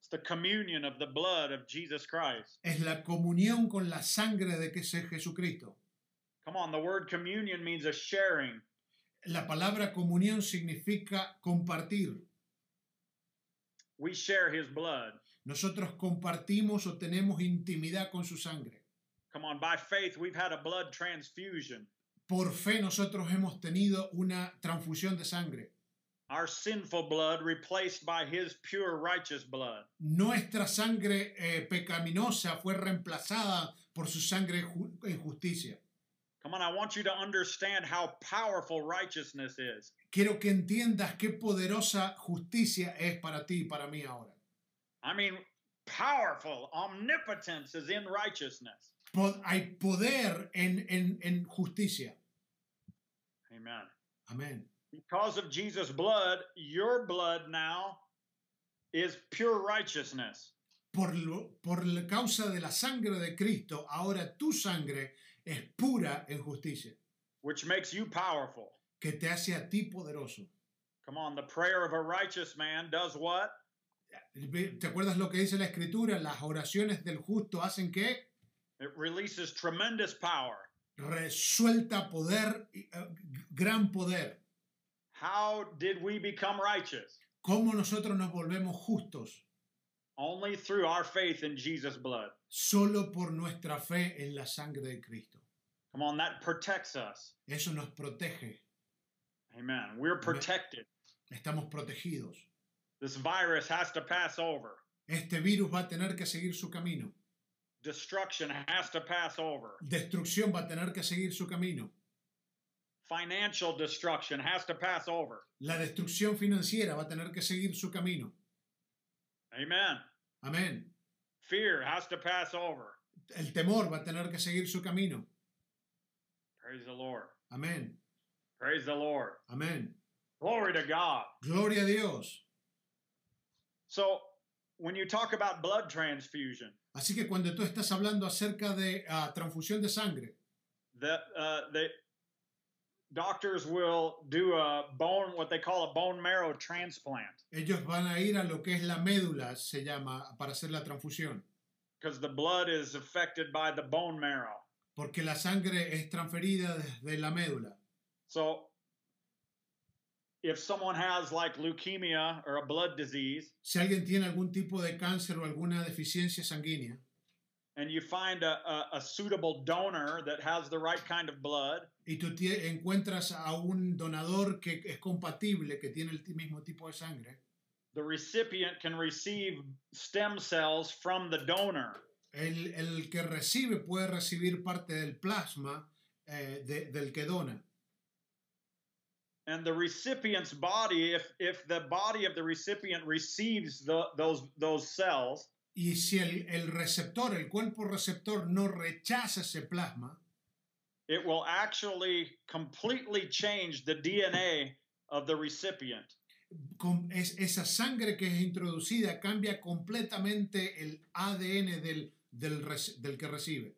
Speaker 3: It's the communion of the blood of Jesus Christ.
Speaker 1: es la comunión con la sangre de que es Jesucristo.
Speaker 3: Come on, the word communion means a sharing.
Speaker 1: La palabra comunión significa compartir.
Speaker 3: We share his blood.
Speaker 1: Nosotros compartimos o tenemos intimidad con su sangre.
Speaker 3: Come on, by faith, we've had a blood transfusion.
Speaker 1: Por fe nosotros hemos tenido una transfusión de sangre.
Speaker 3: our sinful blood replaced by his pure righteous blood.
Speaker 1: Nuestra sangre eh, pecaminosa fue reemplazada por su sangre ju- en justicia.
Speaker 3: Come on, I want you to understand how powerful righteousness is.
Speaker 1: Quiero que entiendas qué poderosa justicia es para ti y para mí ahora.
Speaker 3: I mean, powerful omnipotence is in righteousness.
Speaker 1: Po- hay poder en, en- en justicia.
Speaker 3: Amen.
Speaker 1: Amén.
Speaker 3: Because of Jesus' blood, your blood now is pure righteousness.
Speaker 1: Por, lo- por la causa de la sangre de Cristo, ahora tu sangre es pura en justicia,
Speaker 3: Which makes you powerful.
Speaker 1: que te hace a ti poderoso.
Speaker 3: Come on, the prayer of a righteous man does what?
Speaker 1: ¿Te acuerdas lo que dice la Escritura? Las oraciones del justo hacen que
Speaker 3: It releases tremendous power.
Speaker 1: resuelta poder, y, eh, gran poder.
Speaker 3: How did we become righteous?
Speaker 1: ¿Cómo nosotros nos volvemos justos?
Speaker 3: Only through our faith in Jesus' blood.
Speaker 1: Solo por nuestra fe en la sangre de Cristo.
Speaker 3: Come on, that protects us.
Speaker 1: Eso nos protege.
Speaker 3: Amen. We're protected.
Speaker 1: Estamos protegidos.
Speaker 3: This virus has to pass over.
Speaker 1: Este virus va a tener que seguir su camino.
Speaker 3: destruction has to pass over.
Speaker 1: Destrucción va a tener que seguir su camino.
Speaker 3: Financial destruction has to pass over.
Speaker 1: La destrucción financiera va a tener que seguir su camino.
Speaker 3: Amen.
Speaker 1: Amén.
Speaker 3: Fear has to pass over.
Speaker 1: El temor va a tener que seguir su camino.
Speaker 3: Praise the Lord.
Speaker 1: Amén.
Speaker 3: Praise the Lord.
Speaker 1: Amén.
Speaker 3: Glory to God.
Speaker 1: Gloria a Dios.
Speaker 3: So, when you talk about blood transfusion,
Speaker 1: Así que cuando tú estás hablando acerca de ah, transfusión de sangre,
Speaker 3: the uh, the doctors will do a bone, what they call a bone marrow transplant,
Speaker 1: ellos van a ir a lo que es la médula, se llama, para hacer la transfusión,
Speaker 3: because the blood is affected by the bone marrow.
Speaker 1: porque la sangre es transferida desde la médula.
Speaker 3: So, if someone has like leukemia or a blood disease,
Speaker 1: Si alguien tiene algún tipo de cáncer o alguna deficiencia sanguínea
Speaker 3: and you find a, a, a suitable donor that has the right kind of blood,
Speaker 1: y tú tie- encuentras a un donador que es compatible, que tiene el ti- mismo tipo de sangre,
Speaker 3: the recipient can receive stem cells from the donor.
Speaker 1: el, el que recibe puede recibir parte del plasma eh, de- del que dona.
Speaker 3: and the recipient's body if if the body of the recipient receives the, those those cells
Speaker 1: Y si el, el receptor, el cuerpo receptor no rechaza ese plasma,
Speaker 3: it will actually completely change the dna of the recipient
Speaker 1: com- es, esa sangre que es introducida cambia completamente el ADN del, del, rec- del que recibe.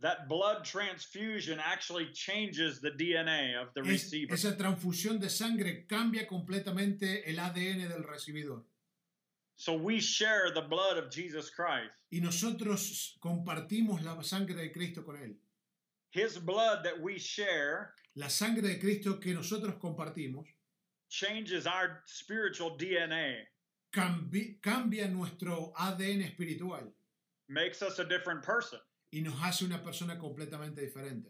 Speaker 3: that blood transfusion actually changes the dna of the
Speaker 1: Es-
Speaker 3: receiver
Speaker 1: esa transfusión de sangre cambia completamente el ADN del recibidor.
Speaker 3: so we share the blood of jesus christ
Speaker 1: Y nosotros compartimos la sangre de Cristo con Él.
Speaker 3: his blood that we share
Speaker 1: La sangre de Cristo que nosotros compartimos
Speaker 3: changes our spiritual dna
Speaker 1: cambi- cambia nuestro ADN espiritual
Speaker 3: makes us a different person
Speaker 1: y nos hace una persona completamente diferente.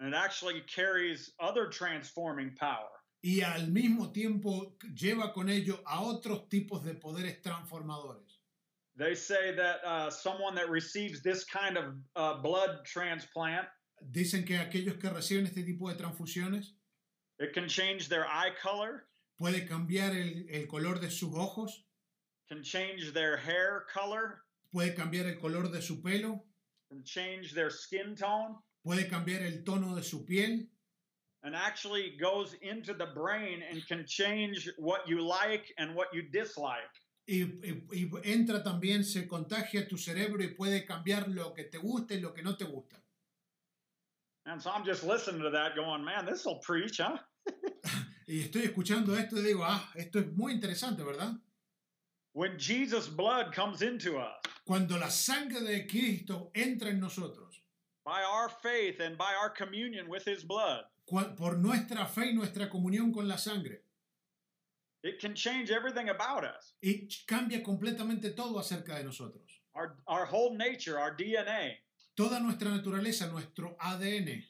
Speaker 3: and it actually carries other transforming power
Speaker 1: y al mismo tiempo lleva con ello a otros tipos de poderes transformadores.
Speaker 3: They say that uh, someone that receives this kind of uh, blood transplant,
Speaker 1: Dicen que aquellos que reciben este tipo de transfusiones
Speaker 3: it can change their eye color,
Speaker 1: puede cambiar el, el color de sus ojos,
Speaker 3: can change their hair color,
Speaker 1: puede cambiar el color de su pelo,
Speaker 3: can change their skin tone,
Speaker 1: puede cambiar el tono de su piel
Speaker 3: and actually goes into the brain and can change what you like and what you dislike.
Speaker 1: y, y- y entra también, se contagia tu cerebro y puede cambiar lo que te gusta y lo que no te gusta.
Speaker 3: And so I'm just listening to that, going, man, this will preach, huh?
Speaker 1: Y estoy escuchando esto y digo, ah, esto es muy interesante, ¿verdad?
Speaker 3: When Jesus' blood comes into us
Speaker 1: Cuando la sangre de Cristo entra en nosotros,
Speaker 3: by our faith and by our communion with His blood,
Speaker 1: cua- por nuestra fe y nuestra comunión con la sangre.
Speaker 3: it can change everything about us
Speaker 1: Y ch- cambia completamente todo acerca de nosotros.
Speaker 3: our, our whole nature, our DNA.
Speaker 1: Toda nuestra naturaleza, nuestro ADN,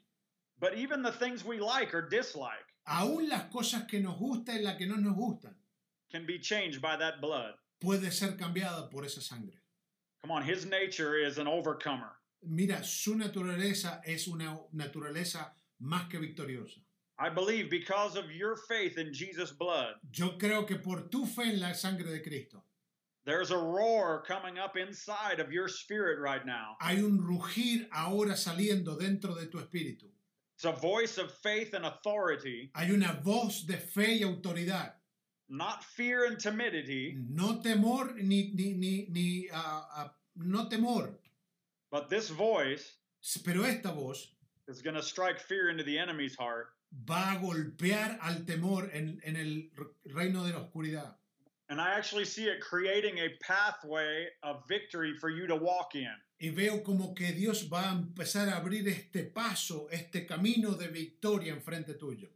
Speaker 3: But even the things we like or dislike
Speaker 1: aún las cosas que nos gustan y las que no nos gustan,
Speaker 3: can be changed by that blood.
Speaker 1: puede ser cambiada por esa sangre.
Speaker 3: Come on, his nature is an overcomer.
Speaker 1: Mira, su naturaleza es una naturaleza más que victoriosa.
Speaker 3: I believe because of your faith in Jesus' blood,
Speaker 1: Yo creo que por tu fe en la sangre de Cristo,
Speaker 3: there's a roar coming up inside of your spirit right now.
Speaker 1: hay un rugir ahora saliendo dentro de tu espíritu.
Speaker 3: It's a voice of faith and authority,
Speaker 1: Hay una voz de fe y autoridad
Speaker 3: not fear and timidity,
Speaker 1: no temor ni, ni, ni, ni, ah, ah, no temor,
Speaker 3: but this voice
Speaker 1: pero esta voz
Speaker 3: is going to strike fear into the enemy's heart
Speaker 1: va a golpear al temor en, en el reino de la oscuridad.
Speaker 3: and I actually see it creating a pathway of victory for you to walk in.
Speaker 1: Y veo como que Dios va a empezar a abrir este paso, este camino de victoria enfrente tuyo.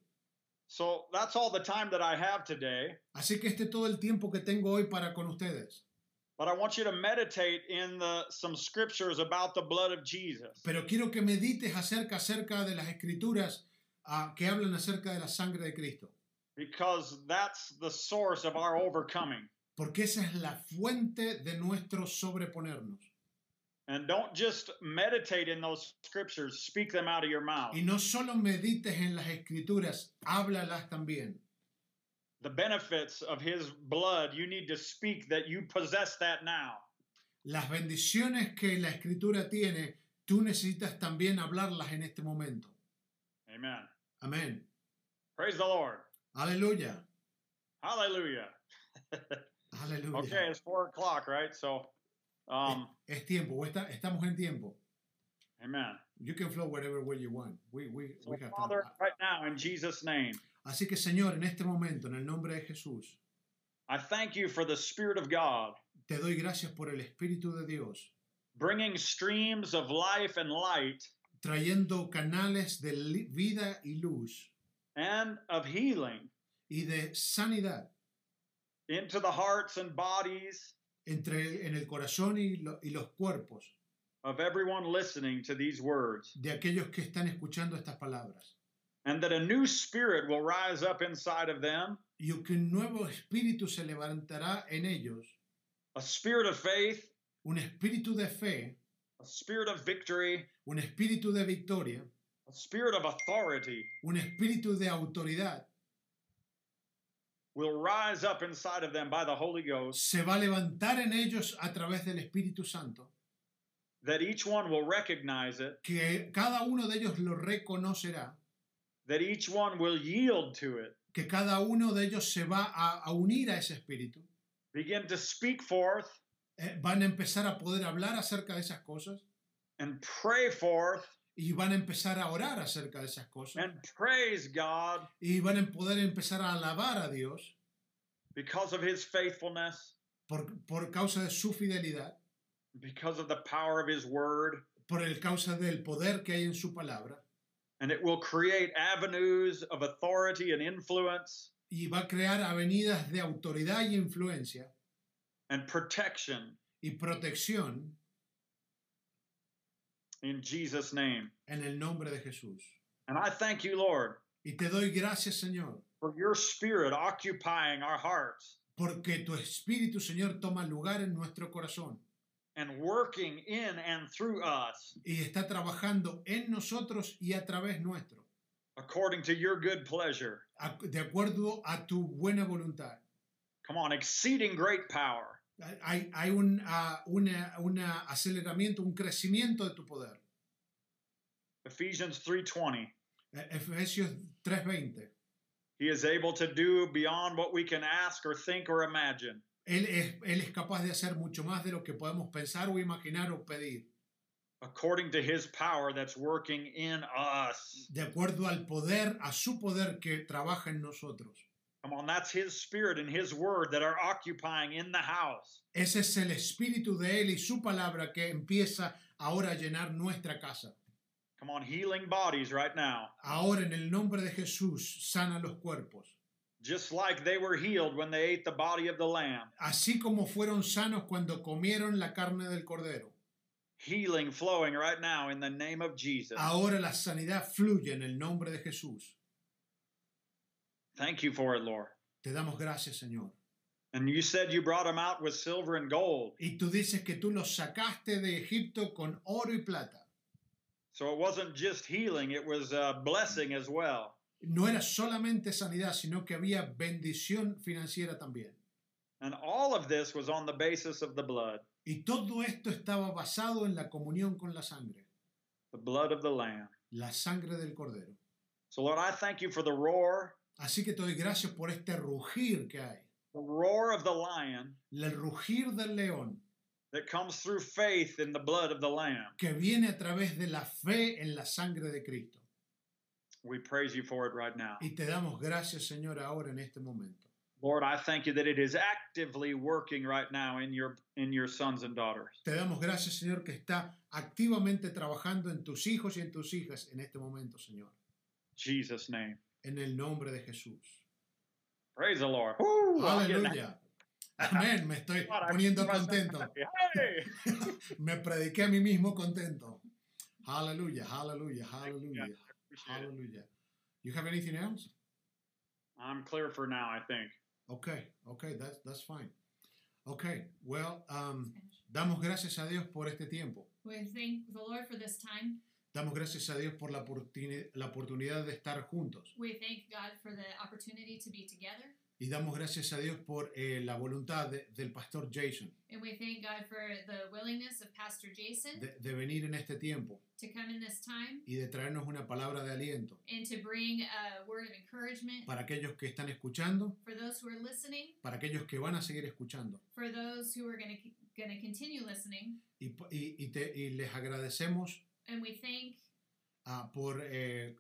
Speaker 3: So that's all the time that I have today.
Speaker 1: Así que este es todo el tiempo que tengo hoy para con ustedes.
Speaker 3: But I want you to meditate in the some scriptures about the blood of Jesus.
Speaker 1: Pero quiero que medites acerca, acerca de las escrituras ah, que hablan acerca de la sangre de Cristo.
Speaker 3: Because that's the source of our overcoming.
Speaker 1: Porque esa es la fuente de nuestro sobreponernos.
Speaker 3: And don't just meditate in those scriptures, speak them out of your mouth.
Speaker 1: Y no solo medites en las escrituras, háblalas también.
Speaker 3: The benefits of his blood, you need to speak that you possess that now.
Speaker 1: Las bendiciones que la escritura tiene, tú necesitas también hablarlas en este momento.
Speaker 3: Amen.
Speaker 1: Amén.
Speaker 3: Praise the Lord.
Speaker 1: Aleluya.
Speaker 3: Hallelujah.
Speaker 1: Aleluya.
Speaker 3: Okay, it's four o'clock, right? So, um,
Speaker 1: es tiempo, o está- estamos en tiempo.
Speaker 3: amen.
Speaker 1: You can flow whatever way you want. We, we,
Speaker 3: So,
Speaker 1: we have time.
Speaker 3: Father, right now, in Jesus' name,
Speaker 1: Así que Señor, en este momento, en el nombre de Jesús,
Speaker 3: I thank you for the Spirit of God
Speaker 1: te doy gracias por el Espíritu de Dios,
Speaker 3: bringing streams of life and light
Speaker 1: trayendo canales de li- vida y luz
Speaker 3: and of healing
Speaker 1: y de sanidad
Speaker 3: into the hearts and bodies
Speaker 1: entre en el corazón y, lo- y los cuerpos
Speaker 3: of everyone listening to these words,
Speaker 1: de aquellos que están escuchando estas palabras.
Speaker 3: and that a new spirit will rise up inside of them
Speaker 1: Y que un nuevo espíritu se levantará en ellos,
Speaker 3: a spirit of faith,
Speaker 1: un espíritu de fe,
Speaker 3: a spirit of victory,
Speaker 1: un espíritu de victoria,
Speaker 3: a spirit of authority
Speaker 1: un espíritu de autoridad,
Speaker 3: will rise up inside of them by the Holy Ghost.
Speaker 1: se va a levantar en ellos a través del Espíritu Santo,
Speaker 3: that each one will recognize it,
Speaker 1: que cada uno de ellos lo reconocerá,
Speaker 3: that each one will yield to it,
Speaker 1: que cada uno de ellos se va a, a unir a ese espíritu.
Speaker 3: begin to speak forth
Speaker 1: Eh, van a empezar a poder hablar acerca de esas cosas
Speaker 3: and pray forth
Speaker 1: y van a empezar a orar acerca de esas cosas
Speaker 3: and praise God
Speaker 1: y van a poder empezar a alabar a Dios
Speaker 3: because of his faithfulness,
Speaker 1: por, por causa de su fidelidad,
Speaker 3: because of the power of his word,
Speaker 1: por el causa del poder que hay en su palabra
Speaker 3: and it will create avenues of authority and influence
Speaker 1: y va a crear avenidas de autoridad y influencia
Speaker 3: and protection
Speaker 1: y protección
Speaker 3: in Jesus' name.
Speaker 1: en el nombre de Jesús.
Speaker 3: And I thank you, Lord,
Speaker 1: Y te doy gracias, Señor,
Speaker 3: for your spirit occupying our hearts
Speaker 1: porque tu Espíritu, Señor, toma lugar en nuestro corazón
Speaker 3: and working in and through us
Speaker 1: y está trabajando en nosotros y a través nuestro,
Speaker 3: according to your good pleasure.
Speaker 1: a- de acuerdo a tu buena voluntad.
Speaker 3: Come on, exceeding great power.
Speaker 1: Hay, hay un, ah, una- una aceleramiento, un crecimiento de tu poder.
Speaker 3: Ephesians 3:20.
Speaker 1: E- Efesios 3:20.
Speaker 3: He is able to do beyond what we can ask or think or imagine
Speaker 1: Él es, él es capaz de hacer mucho más de lo que podemos pensar o imaginar o pedir,
Speaker 3: according to his power that's working in us.
Speaker 1: de acuerdo al poder, a su poder que trabaja en nosotros.
Speaker 3: Come on, that's his spirit and his word that are occupying in the house.
Speaker 1: Ese es el espíritu de Él y su palabra que empieza ahora a llenar nuestra casa.
Speaker 3: Come on, healing bodies right now.
Speaker 1: Ahora en el nombre de Jesús sana los cuerpos.
Speaker 3: Just like they were healed when they ate the body of the lamb.
Speaker 1: Así como fueron sanos cuando comieron la carne del cordero.
Speaker 3: Healing flowing right now in the name of Jesus.
Speaker 1: Ahora la sanidad fluye en el nombre de Jesús.
Speaker 3: Thank you for it, Lord.
Speaker 1: Te damos gracias, Señor.
Speaker 3: And you said you brought him out with silver and gold.
Speaker 1: Y tú dices que tú los sacaste de Egipto con oro y plata.
Speaker 3: So it wasn't just healing, it was a blessing as well.
Speaker 1: No era solamente sanidad, sino que había bendición financiera también.
Speaker 3: And all of this was on the basis of the blood,
Speaker 1: Y todo esto estaba basado en la comunión con la sangre,
Speaker 3: the blood of the Lamb.
Speaker 1: la sangre del cordero.
Speaker 3: So, Lord, I thank you for the roar,
Speaker 1: Así que te doy gracias por este rugir que hay,
Speaker 3: the roar of the lion
Speaker 1: el rugir del león
Speaker 3: that comes through faith in the blood of the Lamb.
Speaker 1: que viene a través de la fe en la sangre de Cristo.
Speaker 3: We praise you for it right now.
Speaker 1: Y te damos gracias, Señor, ahora en este momento.
Speaker 3: Lord, I thank you that it is actively working right now in your in your sons and daughters.
Speaker 1: Te damos gracias, Señor, que está activamente trabajando en tus hijos y en tus hijas en este momento, Señor.
Speaker 3: Jesus' name.
Speaker 1: En el nombre de Jesús.
Speaker 3: Praise the Lord. Woo! I'm getting-
Speaker 1: Aleluya. Amén. Me estoy
Speaker 3: God, I-
Speaker 1: poniendo contento.
Speaker 3: Hey!
Speaker 1: Me prediqué a mí mismo contento. Aleluya, aleluya, aleluya,
Speaker 3: Appreciate it.
Speaker 1: aleluya. You have anything else?
Speaker 3: I'm clear for now, I think.
Speaker 1: Okay, okay, that's, that's fine. Okay, well, um, damos gracias a Dios por este tiempo.
Speaker 2: We thank the Lord for this time.
Speaker 1: Damos gracias a Dios por la, oportuni- la oportunidad de estar juntos
Speaker 2: We thank God for the opportunity to be together.
Speaker 1: y damos gracias a Dios por eh, la voluntad de- del pastor Jason
Speaker 2: And we thank God for the willingness of Pastor Jason
Speaker 1: de, de venir en este tiempo
Speaker 2: to come in this time
Speaker 1: y de traernos una palabra de aliento
Speaker 2: and to bring a word of encouragement
Speaker 1: para aquellos que están escuchando,
Speaker 2: for those who are listening,
Speaker 1: para aquellos que van a seguir escuchando.
Speaker 2: for those who are going to going to continue listening.
Speaker 1: Y, po- y- y te- y les agradecemos
Speaker 2: And we thank
Speaker 1: ah, por eh,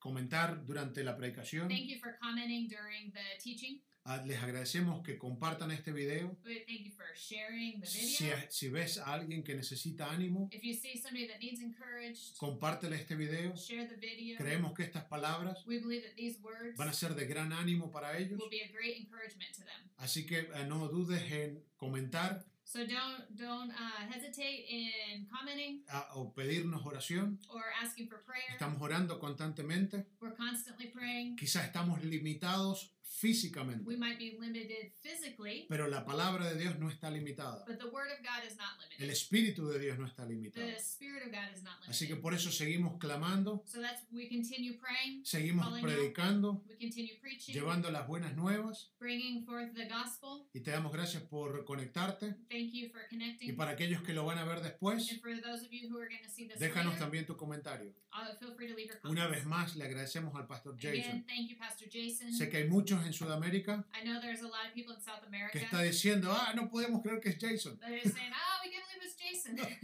Speaker 1: comentar durante la predicación,
Speaker 2: thank you for commenting during the teaching.
Speaker 1: Ah, les agradecemos que compartan este video.
Speaker 2: We thank you for sharing the
Speaker 1: Si,
Speaker 2: video.
Speaker 1: si ves a alguien que necesita ánimo,
Speaker 2: If you see somebody that needs encouraged,
Speaker 1: compártele este video.
Speaker 2: share the video.
Speaker 1: Creemos que estas palabras
Speaker 2: We believe that these words
Speaker 1: van a ser de gran ánimo para ellos.
Speaker 2: will be a great encouragement to them.
Speaker 1: Así que eh, no dudes en comentar
Speaker 2: So don't don't uh, hesitate in commenting
Speaker 1: ah, o pedirnos oración.
Speaker 2: or asking for prayer.
Speaker 1: Estamos orando constantemente.
Speaker 2: We're constantly praying.
Speaker 1: Quizás estamos limitados
Speaker 2: We
Speaker 1: físicamente,
Speaker 2: might be limited physically,
Speaker 1: pero la palabra de Dios no está limitada.
Speaker 2: but the word of God is not
Speaker 1: El
Speaker 2: limited.
Speaker 1: Espíritu de Dios no está limitado.
Speaker 2: The spirit of God is not
Speaker 1: Así que
Speaker 2: limited.
Speaker 1: por eso seguimos clamando,
Speaker 2: So that's we continue praying,
Speaker 1: seguimos predicando,
Speaker 2: we continue preaching,
Speaker 1: llevando las buenas nuevas.
Speaker 2: bringing forth the gospel.
Speaker 1: Y te damos gracias por conectarte.
Speaker 2: Thank you for
Speaker 1: Y
Speaker 2: connecting.
Speaker 1: para aquellos que lo van a ver después,
Speaker 2: And for those of you who are going to see this
Speaker 1: déjanos
Speaker 2: later,
Speaker 1: también tu comentario.
Speaker 2: uh, feel free to leave your comments.
Speaker 1: Una vez más, le agradecemos al pastor
Speaker 2: Again,
Speaker 1: Jason.
Speaker 2: thank you, Pastor Jason.
Speaker 1: Sé que hay muchos en Sudamérica
Speaker 2: I know there's a lot of people in South
Speaker 1: que
Speaker 2: America
Speaker 1: está diciendo, ah, no podemos creer que es Jason.
Speaker 2: that are saying, "Oh, we can't believe it's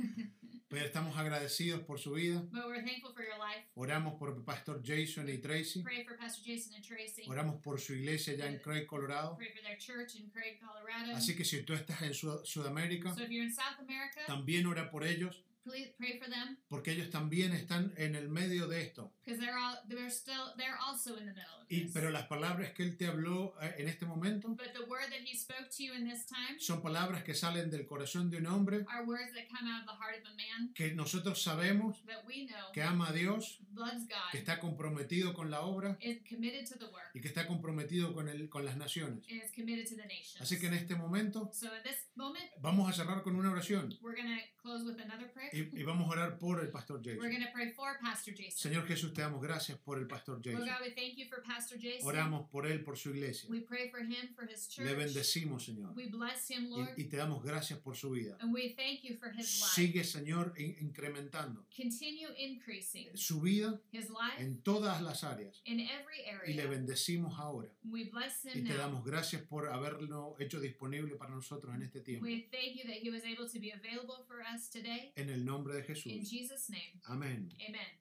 Speaker 2: Jason,"
Speaker 1: Pero estamos agradecidos por su vida.
Speaker 2: but we're thankful for your life.
Speaker 1: Oramos por pastor Jason y Tracy.
Speaker 2: Pray for Pastor Jason and Tracy.
Speaker 1: Oramos por su iglesia allá en Craig, Colorado.
Speaker 2: Pray for their church in Craig, Colorado.
Speaker 1: Así que si tú estás en Sud- Sudamérica,
Speaker 2: so if you're in South America,
Speaker 1: también ora por ellos,
Speaker 2: please pray for them
Speaker 1: porque ellos también están en el medio de esto.
Speaker 2: because they're all they're still they're also in the middle of
Speaker 1: Y,
Speaker 2: this.
Speaker 1: pero las palabras que él te habló eh, en este momento
Speaker 2: but the word that he spoke to you in this time
Speaker 1: son palabras que salen del corazón de un hombre
Speaker 2: are words that come out of the heart of a man
Speaker 1: que nosotros sabemos
Speaker 2: that we know
Speaker 1: que ama a Dios,
Speaker 2: loves
Speaker 1: que
Speaker 2: God,
Speaker 1: está comprometido con la obra
Speaker 2: is committed to the work,
Speaker 1: y que está comprometido con, el, con las naciones.
Speaker 2: and is committed to the nation.
Speaker 1: Así que en este momento
Speaker 2: so at this moment,
Speaker 1: vamos a cerrar con una oración
Speaker 2: we're gonna close with another prayer.
Speaker 1: y, y vamos a orar por el pastor
Speaker 2: We're
Speaker 1: Jason.
Speaker 2: going to pray for Pastor Jason.
Speaker 1: Señor Jesús, te damos gracias por el pastor
Speaker 2: Lord
Speaker 1: Jason.
Speaker 2: God, we thank you for Pastor Jason.
Speaker 1: Oramos por él, por su iglesia.
Speaker 2: We pray for him, for his church.
Speaker 1: Le bendecimos, Señor.
Speaker 2: We bless him, Lord.
Speaker 1: Y, y te damos gracias por su vida.
Speaker 2: and we thank you for his life.
Speaker 1: Sigue, Señor, in- incrementando
Speaker 2: Continue increasing
Speaker 1: su vida
Speaker 2: his life
Speaker 1: en todas las áreas.
Speaker 2: in every
Speaker 1: Y le
Speaker 2: area.
Speaker 1: bendecimos ahora.
Speaker 2: We bless him
Speaker 1: Y te
Speaker 2: now.
Speaker 1: damos gracias por haberlo hecho disponible para nosotros en este tiempo.
Speaker 2: We thank you that he was able to be available for us today.
Speaker 1: En el nombre de
Speaker 2: In
Speaker 1: Jesús.
Speaker 2: Jesus' name,
Speaker 1: Amén.
Speaker 2: amen.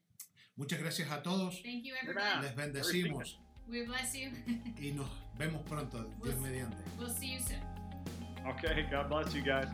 Speaker 1: Muchas gracias a todos.
Speaker 2: Thank you,
Speaker 3: Amen.
Speaker 2: everyone.
Speaker 1: Les bendecimos.
Speaker 2: We bless you.
Speaker 1: Y nos vemos pronto. Dios mediante.
Speaker 2: we'll see you soon.
Speaker 3: Okay, God bless you guys.